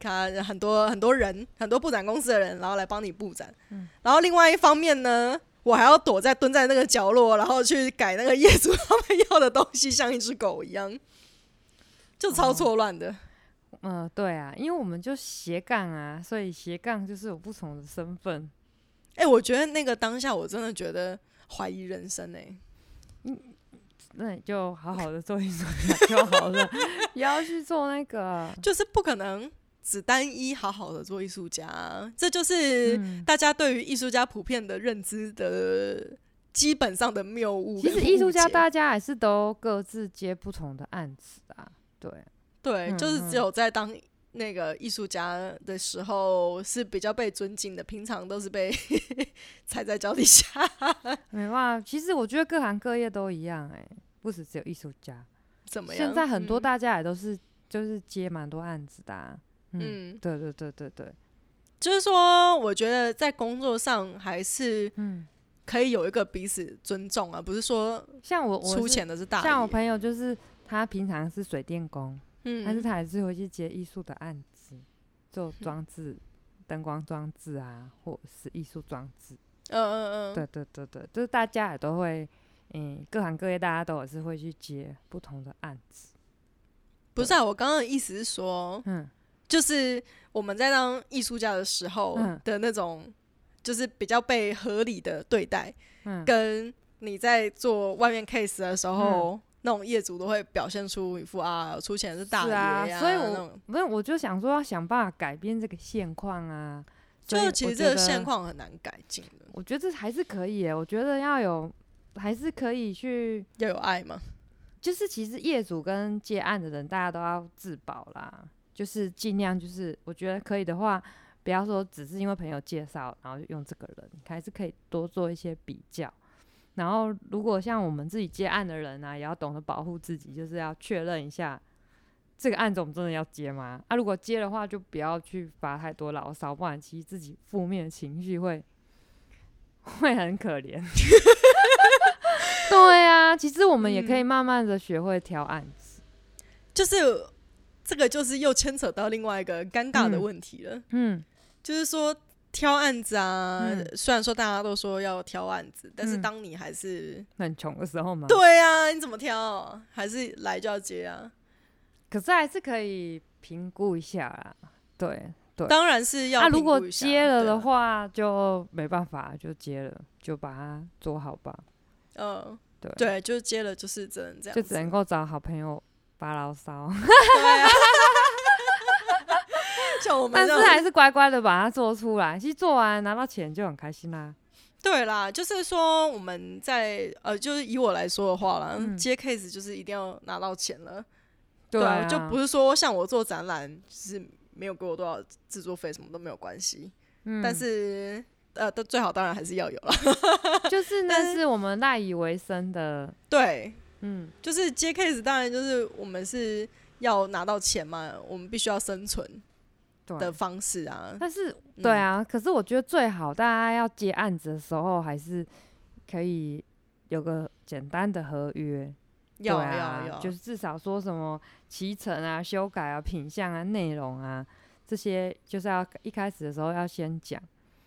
A: 他很多很多人，很多布展公司的人，然后来帮你布展。然后另外一方面呢，我还要躲在蹲在那个角落，然后去改那个业主他们要的东西，像一只狗一样，就超错乱的。
B: 呃，对啊，因为我们就斜杠啊，所以斜杠就是有不同的身份。
A: 哎、我觉得那个当下，我真的觉得怀疑人生哎、
B: 那你就好好的做一做就好了， 不要去做那个。
A: 就是不可能只单一好好的做艺术家啊，这 就是
B: 嗯，
A: 大家对于艺术家普遍的认知的基本上的谬误
B: 其
A: 跟误解。
B: 实艺术家大家还是都各自接不同的案子啊。对，
A: 对，
B: 嗯
A: 就是
B: 嗯
A: 只有在当那个艺术家的时候是比较被尊敬的，平常都是被 踩在脚底下。
B: 没办法。其实我觉得各行各业都一样、欸，不是只有艺术家，
A: 怎么样？
B: 现在很多
A: 嗯
B: 大家也都是、就是接蛮多案子的、啊。嗯，
A: 嗯
B: 对对对对对，
A: 就是说，我觉得在工作上还是
B: 嗯，
A: 可以有一个彼此尊重啊，不是说
B: 像我我
A: 出
B: 是
A: 钱的是大爷
B: 像我朋友就是他平常是水电工，但是
A: 嗯
B: 他还是会去接艺术的案子，做装置、灯光装置啊，或者是艺术装置。
A: 嗯嗯嗯，
B: 对对对对，就是大家也都会，嗯，各行各业大家都也是会去接不同的案子。
A: 不是啊，我刚刚的意思是说，
B: 嗯，
A: 就是我们在当艺术家的时候
B: 嗯
A: 的那种，就是比较被合理的对待，
B: 嗯
A: 跟你在做外面 case 的时
B: 嗯
A: 候，那种业主都会表现出一副啊出钱的是大
B: 是啊
A: 爷呀、
B: 所以我
A: 那种，
B: 不是，我就想说要想办法改变这个现况啊。所以
A: 就其
B: 我
A: 实
B: 觉
A: 这个
B: 得
A: 现况很难改进的，
B: 我觉得这还是可以耶、我觉得要有，还是可以去，
A: 要有爱嘛。
B: 就是其实业主跟接案的人，大家都要自保啦，就是尽量就是，我觉得可以的话，不要说只是因为朋友介绍，然后就用这个人，还是可以多做一些比较。然后如果像我们自己接案的人啊，也要懂得保护自己，就是要确认一下这个案子我们真的要接吗？啊，如果接的话，就不要去发太多牢骚，不然其实自己负面情绪会会很可怜。 对啊，其实我们也可以慢慢的学会挑案子。
A: 就是这个，就是又牵扯到另外一个尴尬的
B: 嗯
A: 问题了，
B: 嗯，
A: 就是说挑案子啊。
B: 嗯
A: 虽然说大家都说要挑案子，但是
B: 嗯
A: 当你还是、
B: 很穷的时候嘛，
A: 对啊，你怎么挑？还是来就要接啊？
B: 可是还是可以评估一下啦。对，
A: 当然是要
B: 啊，如
A: 评
B: 果
A: 估一下
B: 接了
A: 对啊
B: 的话，就没办法，就接了，就把它做好吧。
A: 嗯，
B: 对
A: 对，就接了，就是只能这样子，
B: 就只能够找好朋友发牢骚，
A: 对啊。像我们
B: 但
A: 这
B: 是
A: 种，
B: 还是乖乖的把它做出来。其实做完拿到钱就很开心啦。
A: 对啦，就是说我们在呃，就是以我来说的话啦，
B: 嗯
A: 接 case 就是一定要拿到钱了，
B: 啊，
A: 就不是说像我做展览，就是没有给我多少制作费，什么都没有关系，
B: 嗯，
A: 但是呃，但最好当然还是要有啦。
B: 嗯 就是那是我们赖以为生的，
A: 对，
B: 嗯，
A: 就是接 case，当然就是我们是要拿到钱嘛，我们必须要生存
B: 对。
A: 的方式啊。
B: 但是
A: 嗯
B: 对，啊，可是我觉得最好大家要接案子的时候，还是可以有个简单的合约。
A: 要
B: 对啊
A: 要要，
B: 就是至少说什么骑乘啊、修改啊、品相啊、内容啊这些，就是要一开始的时候要先讲，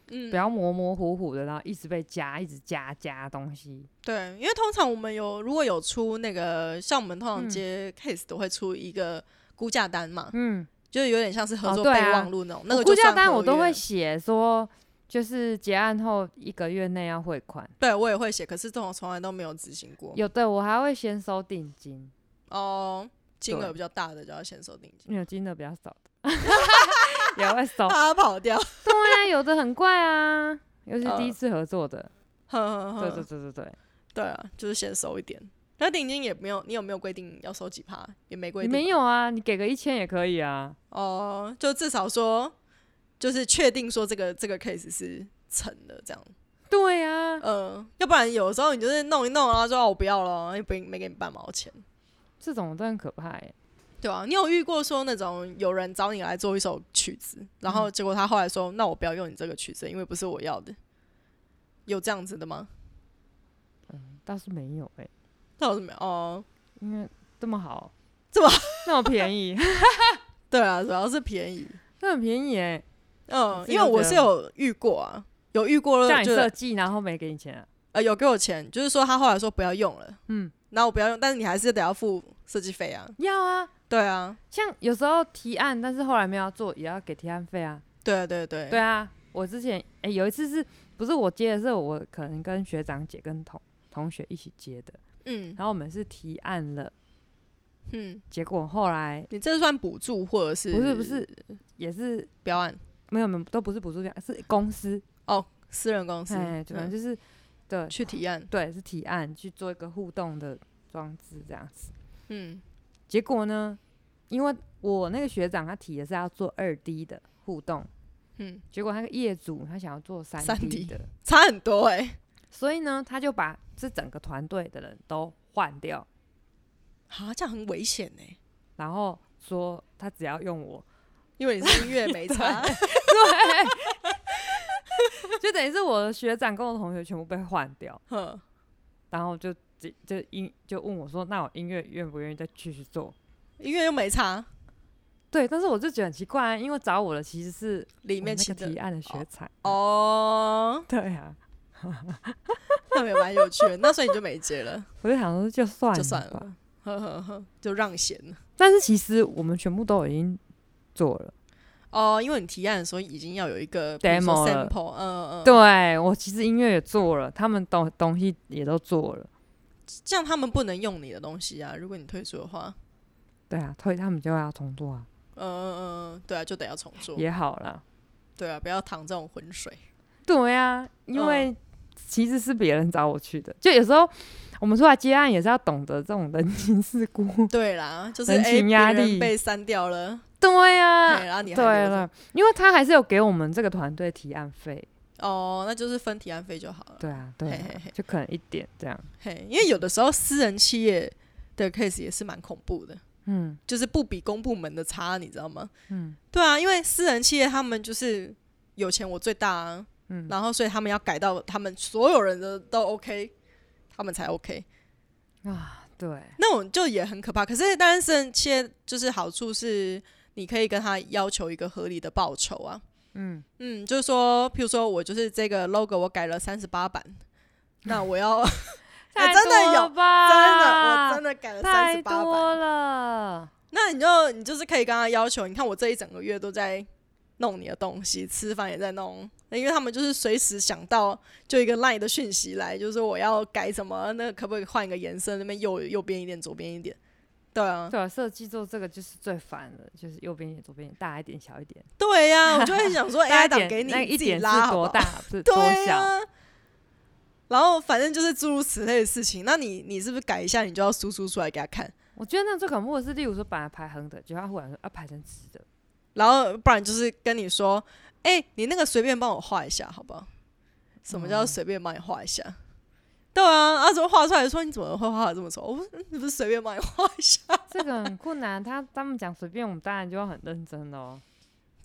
A: 嗯
B: 不，要模模糊糊的，然后一直被加，一直加加东西。
A: 对，因为通常我们有如果有出那个，像我们通常
B: 嗯
A: 接 case 都会出一个估价单嘛，
B: 嗯，
A: 就是有点像是合
B: 哦
A: 作
B: 对
A: 备
B: 啊
A: 忘录那种。那
B: 我
A: 个
B: 估
A: 就
B: 价
A: 算
B: 单
A: 合
B: 我都
A: 约
B: 会写说，就是结案后一个月内要汇款。
A: 对我也会写，可是这种从来都没有执行过。
B: 有的我还会先收定金，
A: 哦，金额
B: 对嗯
A: 比较大的就要先收定金，
B: 因为金额比较少 的也会收。
A: 怕他跑掉。
B: 对啊，有的很怪啊，尤其
A: 嗯
B: 第一次合作的。
A: 呵
B: 对对
A: 呵呵，
B: 对对对，
A: 对啊，就是先收一点。那定金也没有，你有没有规定要收几趴？也没规
B: 你
A: 定。
B: 没有啊，你给个一千也可以啊。
A: 哦，就至少说，就是确定说这个这个 case 是成的这样。
B: 对啊，
A: 嗯，要不然有时候你就是弄一弄，然后就说、哦、我不要了，也不没给你半毛钱，
B: 这种真的很可怕欸。
A: 对啊，你有遇过说那种有人找你来做一首曲子，然后结果他后来说，那我不要用你这个曲子，因为不是我要的，有这样子的吗？嗯
B: 倒是没有哎，
A: 那有什么？哦，
B: 因为这么好，
A: 这么
B: 那么便宜，
A: 对啊，主要是便宜，
B: 那很便宜哎，
A: 嗯，
B: 是
A: 因为我
B: 这
A: 是
B: 样
A: 有遇过啊，有遇过
B: 叫你
A: 就
B: 设
A: 是
B: 计，然后没给你钱啊。
A: 呃有给我钱，就是说他后来说不要用了，
B: 嗯，
A: 然后我不要用，但是你还是得要付设计费啊，
B: 要啊，
A: 对啊，
B: 像有时候提案，但是后来没有要做，也要给提案费啊。
A: 对啊对对
B: 对啊，我之前哎、有一次是不是我接的是我可能跟学长姐跟同同学一起接的，
A: 嗯
B: 然后我们是提案了，
A: 嗯，
B: 结果后来
A: 你这算补助或者是
B: 不是不是也是
A: 标案？
B: 没有没有都不是补助奖，是公司
A: 私人公司，
B: 哎，就反
A: 嗯
B: 正就是对
A: 去提案，
B: 对是提案去做一个互动的装置这样子。
A: 嗯
B: 结果呢，因为我那个学长他提的是要做二 D 的互动，
A: 嗯，
B: 结果那个业主他想要做三
A: 3D
B: 的，
A: 差很多哎、
B: 所以呢，他就把这整个团队的人都换掉，
A: 啊，这样很危险哎、
B: 然后说他只要用我，
A: 因为你是音乐没差，
B: 对， 就等于是我的学长跟我同学全部被换掉，
A: 哼，
B: 然后就就就音就问我说，那我音乐愿不愿意再继续做？
A: 音乐又没差，
B: 对，但是我就觉得很奇怪、啊因为找我的其实是
A: 里
B: 里
A: 面
B: 哦那
A: 其
B: 个提
A: 实
B: 案的学长，
A: 哦，
B: 对啊，
A: 那也蛮有趣的，那所以你就没接了，
B: 我就想说就算
A: 就算
B: 吧
A: 了，呵呵呵，就让贤了
B: 但是其实我们全部都已经做了。
A: 哦，因为你提案的时候已经要有一个
B: Demo 了
A: sample，嗯嗯，嗯，
B: 对我其实音乐也做了，他们东东西也都做了，
A: 这样他们不能用你的东西啊，如果你退出的话，
B: 对啊，所以他们就要重做啊，
A: 嗯嗯嗯，对啊，就得要重做，
B: 也好啦。
A: 对啊，不要淌这种浑水，
B: 对啊，因
A: 嗯
B: 为其实是别人找我去的，就有时候我们出来接案也是要懂得这种人情世故。
A: 对啦，就是
B: 人
A: 哎，
B: 情
A: 别
B: 压
A: 人
B: 力
A: 被删掉了，
B: 对
A: 哎，
B: 啊，
A: 然后你还
B: 对
A: 留着
B: 了，因为他还是有给我们这个团队提案费，
A: 哦，那就是分提案费就好了。
B: 对啊，对啊
A: 嘿嘿嘿
B: 就可能一点这样，
A: 嘿，因为有的时候私人企业的 case 也是蛮恐怖的，
B: 嗯
A: 就是不比公部门的差，你知道吗？
B: 嗯
A: 对啊，因为私人企业他们就是有钱我最大、啊，
B: 嗯，
A: 然后所以他们要改到他们所有人的都 OK，他们才 OK，
B: 啊，对，
A: 那种就也很可怕。可是当然私人企业就是好处是你可以跟他要求一个合理的报酬啊。
B: 嗯，
A: 嗯，就是说，譬如说我就是这个 logo 我改了三十八版，那我 要哎
B: 太
A: 真的
B: 多
A: 有
B: 了吧，
A: 真
B: 啊
A: 的，我 真的改了三
B: 太
A: 十八
B: 多
A: 版。
B: 了。
A: 那你就你就是可以跟他要求，你看我这一整个月都在弄你的东西，吃饭也在弄，那因为他们就是随时想到就一个 line 的讯息来，就是我要改什么，那可不可以换一个颜色？那边右右边一点，左边一点。对啊，
B: 对啊，设计做这个就是最烦了，就是右边一点、左边一点、大一点、小一点，
A: 对呀、 我就会想说
B: 大
A: AI
B: 一
A: 档
B: 点
A: 给你，
B: 那
A: 你
B: 一
A: 自己
B: 点
A: 拉
B: 是
A: 好不
B: 多
A: 好
B: 大，
A: 对
B: 是多小？
A: 啊然后反正就是诸如此类的事情，那你你是不是改一下，你就要输出出来给他看，
B: 我觉得那最恐怖的是，例如说本来排横的，结果他忽然说啊排成直的，
A: 然后不然就是跟你说，哎、你那个随便帮我画一下，好不好？什么叫随便帮你画一下？对啊，啊，怎么画出来？说你怎么会画的这么丑？我不是，你不是随便帮你画一下？
B: 这个很困难。他他们讲随便，我们当然就要很认真咯。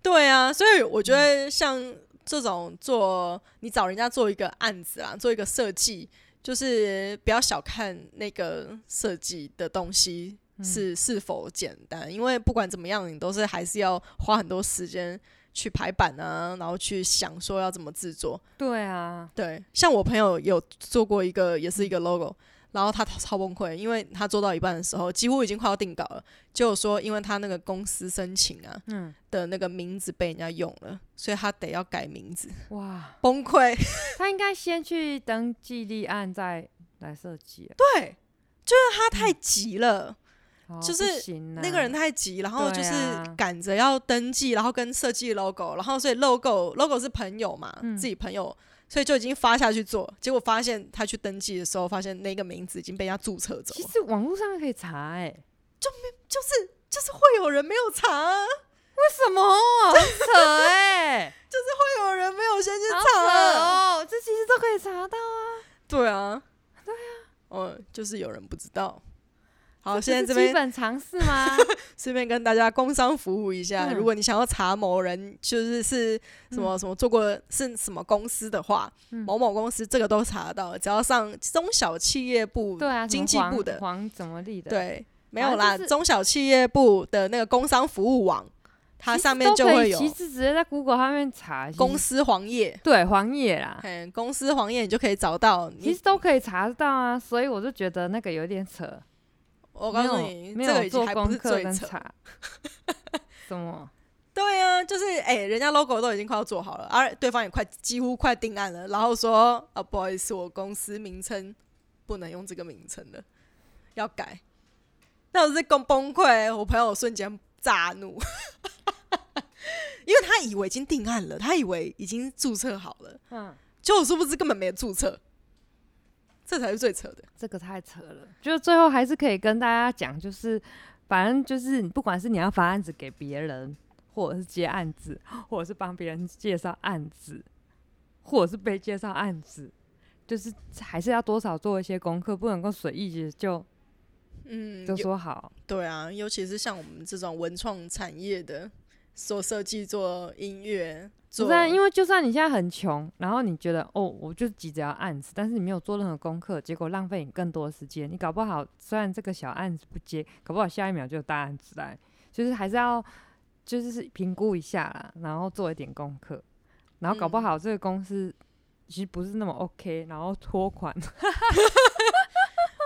A: 对啊，所以我觉得像这种做你找人家做一个案子啦，做一个设计，就是不要小看那个设计的东西是、是否简单，因为不管怎么样，你都是还是要花很多时间去排版啊，然后去想说要怎么制作。
B: 对啊，
A: 对，像我朋友有做过一个，也是一个 logo，然后他超崩溃，因为他做到一半的时候，几乎已经快要定稿了，结果说因为他那个公司申请啊，
B: 嗯
A: 的那个名字被人家用了，所以他得要改名字，
B: 哇，
A: 崩溃。
B: 他应该先去登记立案，再来设计啊。
A: 对，就是他太急了，
B: 哦
A: 就
B: 不
A: 是
B: 行啊
A: 嗯那个人太急，然后就是
B: 对啊
A: 赶着要登记，然后跟设计 logo，然后所以 logo logo 是朋友嘛，
B: 嗯
A: 自己朋友，所以就已经发下去做，结果发现他去登记的时候，发现那个名字已经被人家注册走
B: 其
A: 了，
B: 实网络上可以查哎、为
A: 就是就是会有人没有查啊、
B: 什么？很扯 哎、
A: 会有人没有先去
B: 好
A: 查
B: 扯
A: 啊、
B: 哦，这其实都可以查到啊。
A: 对啊，对啊，嗯，就是有人不知道。好，现在
B: 是
A: 这
B: 基
A: 边
B: 本常识 吗？
A: 顺便跟大家工商服务一下，
B: 嗯
A: 如果你想要查某人就是是什么什么做过是什么公司的话，
B: 嗯
A: 某某公司这个都查得到，只要上中小企业部、
B: 对啊，什么
A: 经济
B: 黄
A: 部的，
B: 黄怎么立的，，
A: 对，没有啦，
B: 反正就是
A: 中小企业部的那个工商服务网，它上面就会有
B: 其实直接在 Google 上面查其实
A: 公司黄页，
B: 对黄页啦，
A: 嗯，公司黄页你就可以找到。
B: 其
A: 你
B: 实都可以查得到啊，所以我就觉得那个有点扯。
A: 我
B: 我
A: 告诉你，
B: 没
A: 这个
B: 有
A: 已
B: 做
A: 经还不
B: 功
A: 是
B: 课
A: 最
B: 跟
A: 扯，
B: 查，什么？
A: 对啊，就是哎、人家 logo 都已经快要做好了，而、对方也快几乎快定案了，然后说啊，不好意思，我公司名称不能用这个名称了，要改。那我是更崩溃，我朋友瞬间炸怒， 因为他以为已经定案了，他以为已经注册好了，
B: 嗯，
A: 结果殊不知根本没注册，这才是最扯的。
B: 这个太扯了。就最后还是可以跟大家讲，就是反正就是你不管是你要发案子给别人，或者是接案子，或者是帮别人介绍案子，或者是被介绍案子，就是还是要多少做一些功课，不能够随意就
A: 嗯，
B: 就说好。
A: 对啊，尤其是像我们这种文创产业的，做设计、做音乐、
B: 不
A: 做
B: 是、啊，因为就算你现在很穷，然后你觉得哦，我就急着要案子，但是你没有做任何功课，结果浪费你更多的时间。你搞不好虽然这个小案子不接，搞不好下一秒就有大案子来，就是还是要就是评估一下啦，然后做一点功课，然后搞不
A: 嗯
B: 好这个公司其实不是那么 OK，然后拖款。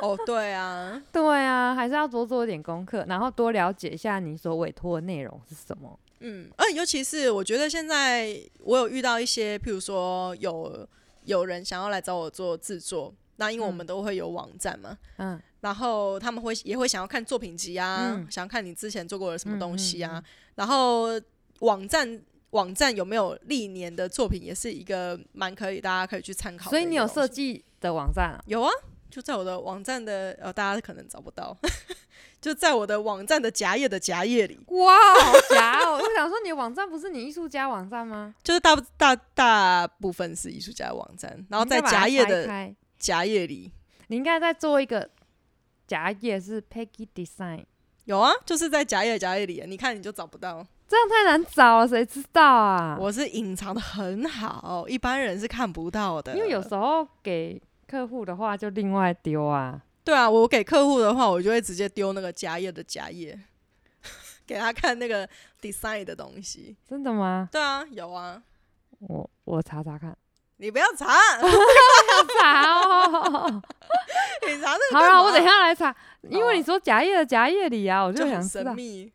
A: 哦，对啊，
B: 对啊，还是要多做一点功课，然后多了解一下你所委托的内容是什么。
A: 嗯，而尤其是我觉得现在我有遇到一些，譬如说有有人想要来找我做制作，那因为我们都会有网站嘛，
B: 嗯，
A: 然后他们会也会想要看作品集啊，
B: 嗯
A: 想要看你之前做过的什么
B: 嗯
A: 东西啊，
B: 嗯嗯
A: 然后网站。网站有没有历年的作品，也是一个蛮可以，大家可以去参考的
B: 所
A: 一个
B: 以
A: 东西。
B: 你有设计的网站啊？
A: 有啊，就在我的网站的呃，大家可能找不到， 就在我的网站的夹页的夹页 里，
B: 哇，好假哦！我想说，你的网站不是你艺术家网站吗？
A: 就是大大大部分是艺术家的网站，然后在
B: 你应该把它
A: 夹页
B: 拆
A: 的
B: 开，
A: 夹页里
B: 你应该再做一个夹页是 Peggy Design，
A: 有啊，就是在夹页的夹页里，你看你就找不到。
B: 这样太难找了，谁知道啊？
A: 我是隐藏的很好，一般人是看不到的。
B: 因为有时候给客户的话就另外丢啊。
A: 对啊，我给客户的话，我就会直接丢那个夹页的夹页， 给他看那个 design 的东西。
B: 真的吗？
A: 对啊，有啊，
B: 我我查 查看，
A: 你不要查，
B: 查哦。
A: 你查那个
B: 好
A: 干嘛
B: 了，我等一下来查，因
A: 好啊
B: 为你说夹页的夹页里啊，我
A: 哦就
B: 想
A: 很
B: 知
A: 神
B: 道。
A: 秘，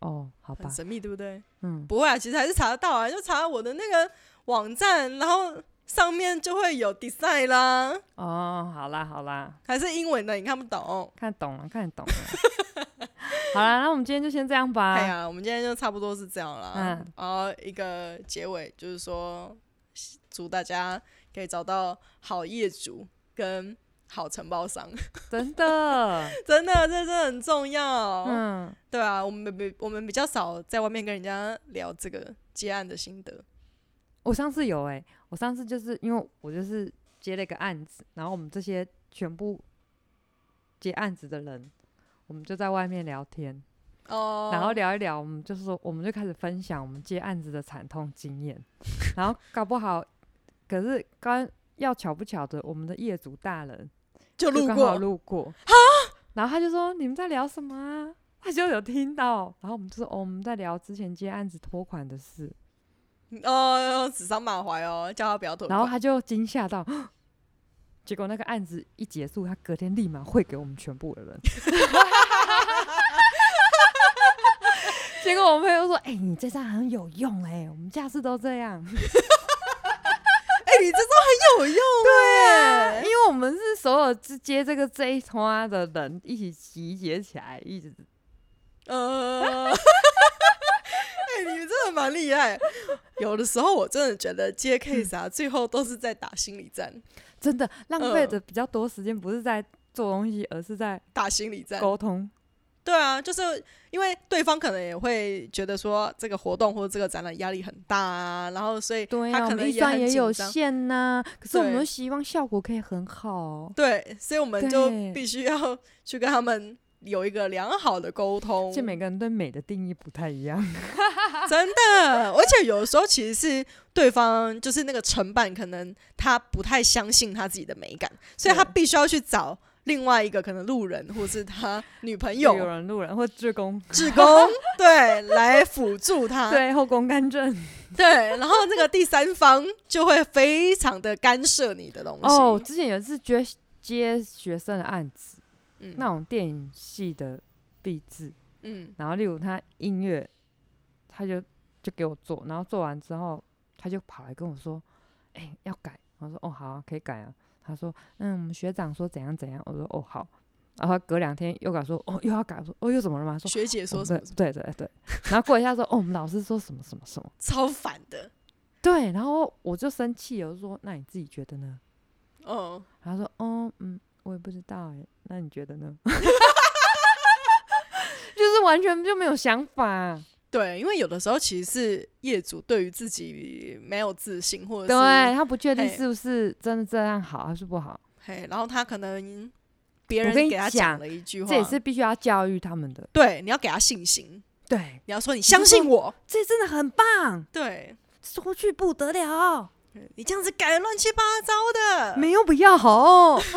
B: 哦，好吧
A: 很，神秘，对不对？
B: 嗯，
A: 不会啊，其实还是查得到啊，就查我的那个网站，然后上面就会有 design 啦，
B: 哦，好啦好啦，
A: 还是英文的，你看不懂。
B: 看懂了，看懂了。 好啦，那我们今天就先这样吧。
A: 哎呀，我们今天就差不多是这样啦。
B: 啊嗯
A: 然后一个结尾就是说，祝大家可以找到好业主跟好承包商，
B: 真 的，
A: 真的，这真的很重要。
B: 嗯，
A: 对啊，我们比我们比较少在外面跟人家聊这个接案的心得。
B: 我上次有哎、我上次就是因为我就是接了一个案子，然后我们这些全部接案子的人，我们就在外面聊天，
A: 哦，
B: 然后聊一聊，我们就是说，我们就开始分享我们接案子的惨痛经 验，然后搞不好，可是刚要巧不巧的，我们的业主大人
A: 就
B: 就
A: 路
B: 刚
A: 过
B: 好路过，然后他就说你们在聊什么啊？他就有听到，然后我们就说哦，我们在聊之前接案子拖款的事，
A: 哦，指桑骂槐哦，叫他不要囤
B: 然后
A: 款。
B: 他就惊吓到， 结果那个案子一结束，他隔天立马汇给我们全部的 人。结果我朋友说：“哎、你这招很有用哎、我们下次都这样。
A: 哎、你这招 很有用哎、
B: 因为我们是所有直接这个这一团的人一起集结起来，一直
A: 呃，哎、你们真的蛮厉害。有的时候我真的觉得
B: 嗯
A: 接 case 啊，最后都是在打心理战，
B: 真的浪费
A: 嗯
B: 的比较多时间，不是在做东西，而是在
A: 打心理战。
B: 沟通。
A: 对啊，就是因为对方可能也会觉得说这个活动或者这个展览压力很大啊，然后所以
B: 对
A: 他
B: 啊，我
A: 可
B: 们
A: 能
B: 预算
A: 很
B: 也有
A: 紧张。
B: 限呐、可是我们
A: 对
B: 又希望效果可以很好哦、
A: 对，所以我们就
B: 对
A: 必须要去跟他们有一个良好的沟通。
B: 就每个人对美的定义不太一 样。
A: 真的，而且有的时候其实是对方就是那个承办，可能他不太相信他自己的美感，所以他
B: 对
A: 必须要去找另外一个可能路人或是他女朋友、
B: 人路人或志工，
A: 志工，对，来辅助他。
B: 对后宫干政
A: 对，然后那个第三方就会非常的干涉你的东西。
B: 哦。之前有一次接接学生的案子，
A: 嗯
B: 那种电影系的壁纸，
A: 嗯
B: 然后例如他音乐，他就就给我做，然后做完之后，他就跑来跟我说：“哎、要改。”我说：“哦，好、啊，可以改啊。”他说：“嗯，我们学长说怎样怎样。”我说：“哦，好。”然后隔两天又改说：“哦，又要改。”我说：“哦，又怎么了嘛？”他说：“
A: 学姐
B: 哦
A: 说什么
B: 对对对对。”然后过一下说：“哦，我们老师说什么什么什么。”
A: 超烦的，
B: 对，然后我就生气了，我就说：“那你自己觉得呢
A: 哦，？”
B: 然后他说：“哦，嗯，我也不知道哎，那你觉得呢？” 就是完全就没有想法，
A: 对，因为有的时候其实是业主对于自己没有自信，或者
B: 对
A: 是
B: 他不确定
A: 嘿
B: 是不是真的这样好还是不好，
A: 嘿，然后他可能别
B: 我
A: 人
B: 跟你
A: 给他
B: 讲
A: 了一句话，
B: 这也是必须要教育他们的。
A: 对，你要给他信心，
B: 对，
A: 你要说你
B: 就
A: 相信
B: 说
A: 我，
B: 这真的很棒，
A: 对
B: 说去不得了，
A: 你这样子改的乱七八糟的，
B: 没有不要好。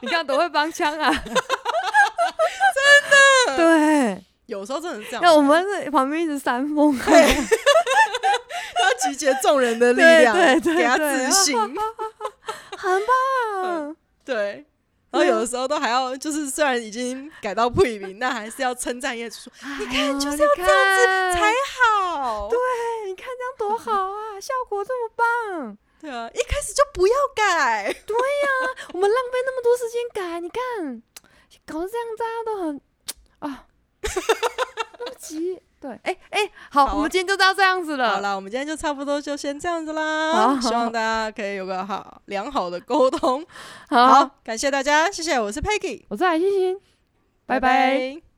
B: 你看多会帮腔啊！真的，对，
A: 有时候真的是这样，
B: 那我们是旁边一直煽风。
A: 要集结众人的力
B: 对
A: 量，
B: 对对
A: 给他
B: 对
A: 自 信，
B: 很棒。
A: 对。然后有
B: 嗯
A: 的时候都还要，就是虽然已经改到不一名，但还是要称赞业主说
B: 你看，就是
A: 要这样子才
B: 嗯
A: 好。
B: 对，哎你看这样多好啊，效果这么棒，
A: 对啊，一开始就不要改。
B: 我们浪费那么多时间改，你看，搞得这样大家都很 啊，那么急。对，哎、哎、好，
A: 好啊
B: 我们今天就到这样子
A: 好
B: 了。
A: 啦，我们今天就差不多就先这样子啦。
B: 嗯好
A: 希望大家可以有个好良好的沟通。
B: 好，哦
A: 好，感谢大家，谢谢，我是 Peggy，
B: 我是海星星，拜拜
A: 拜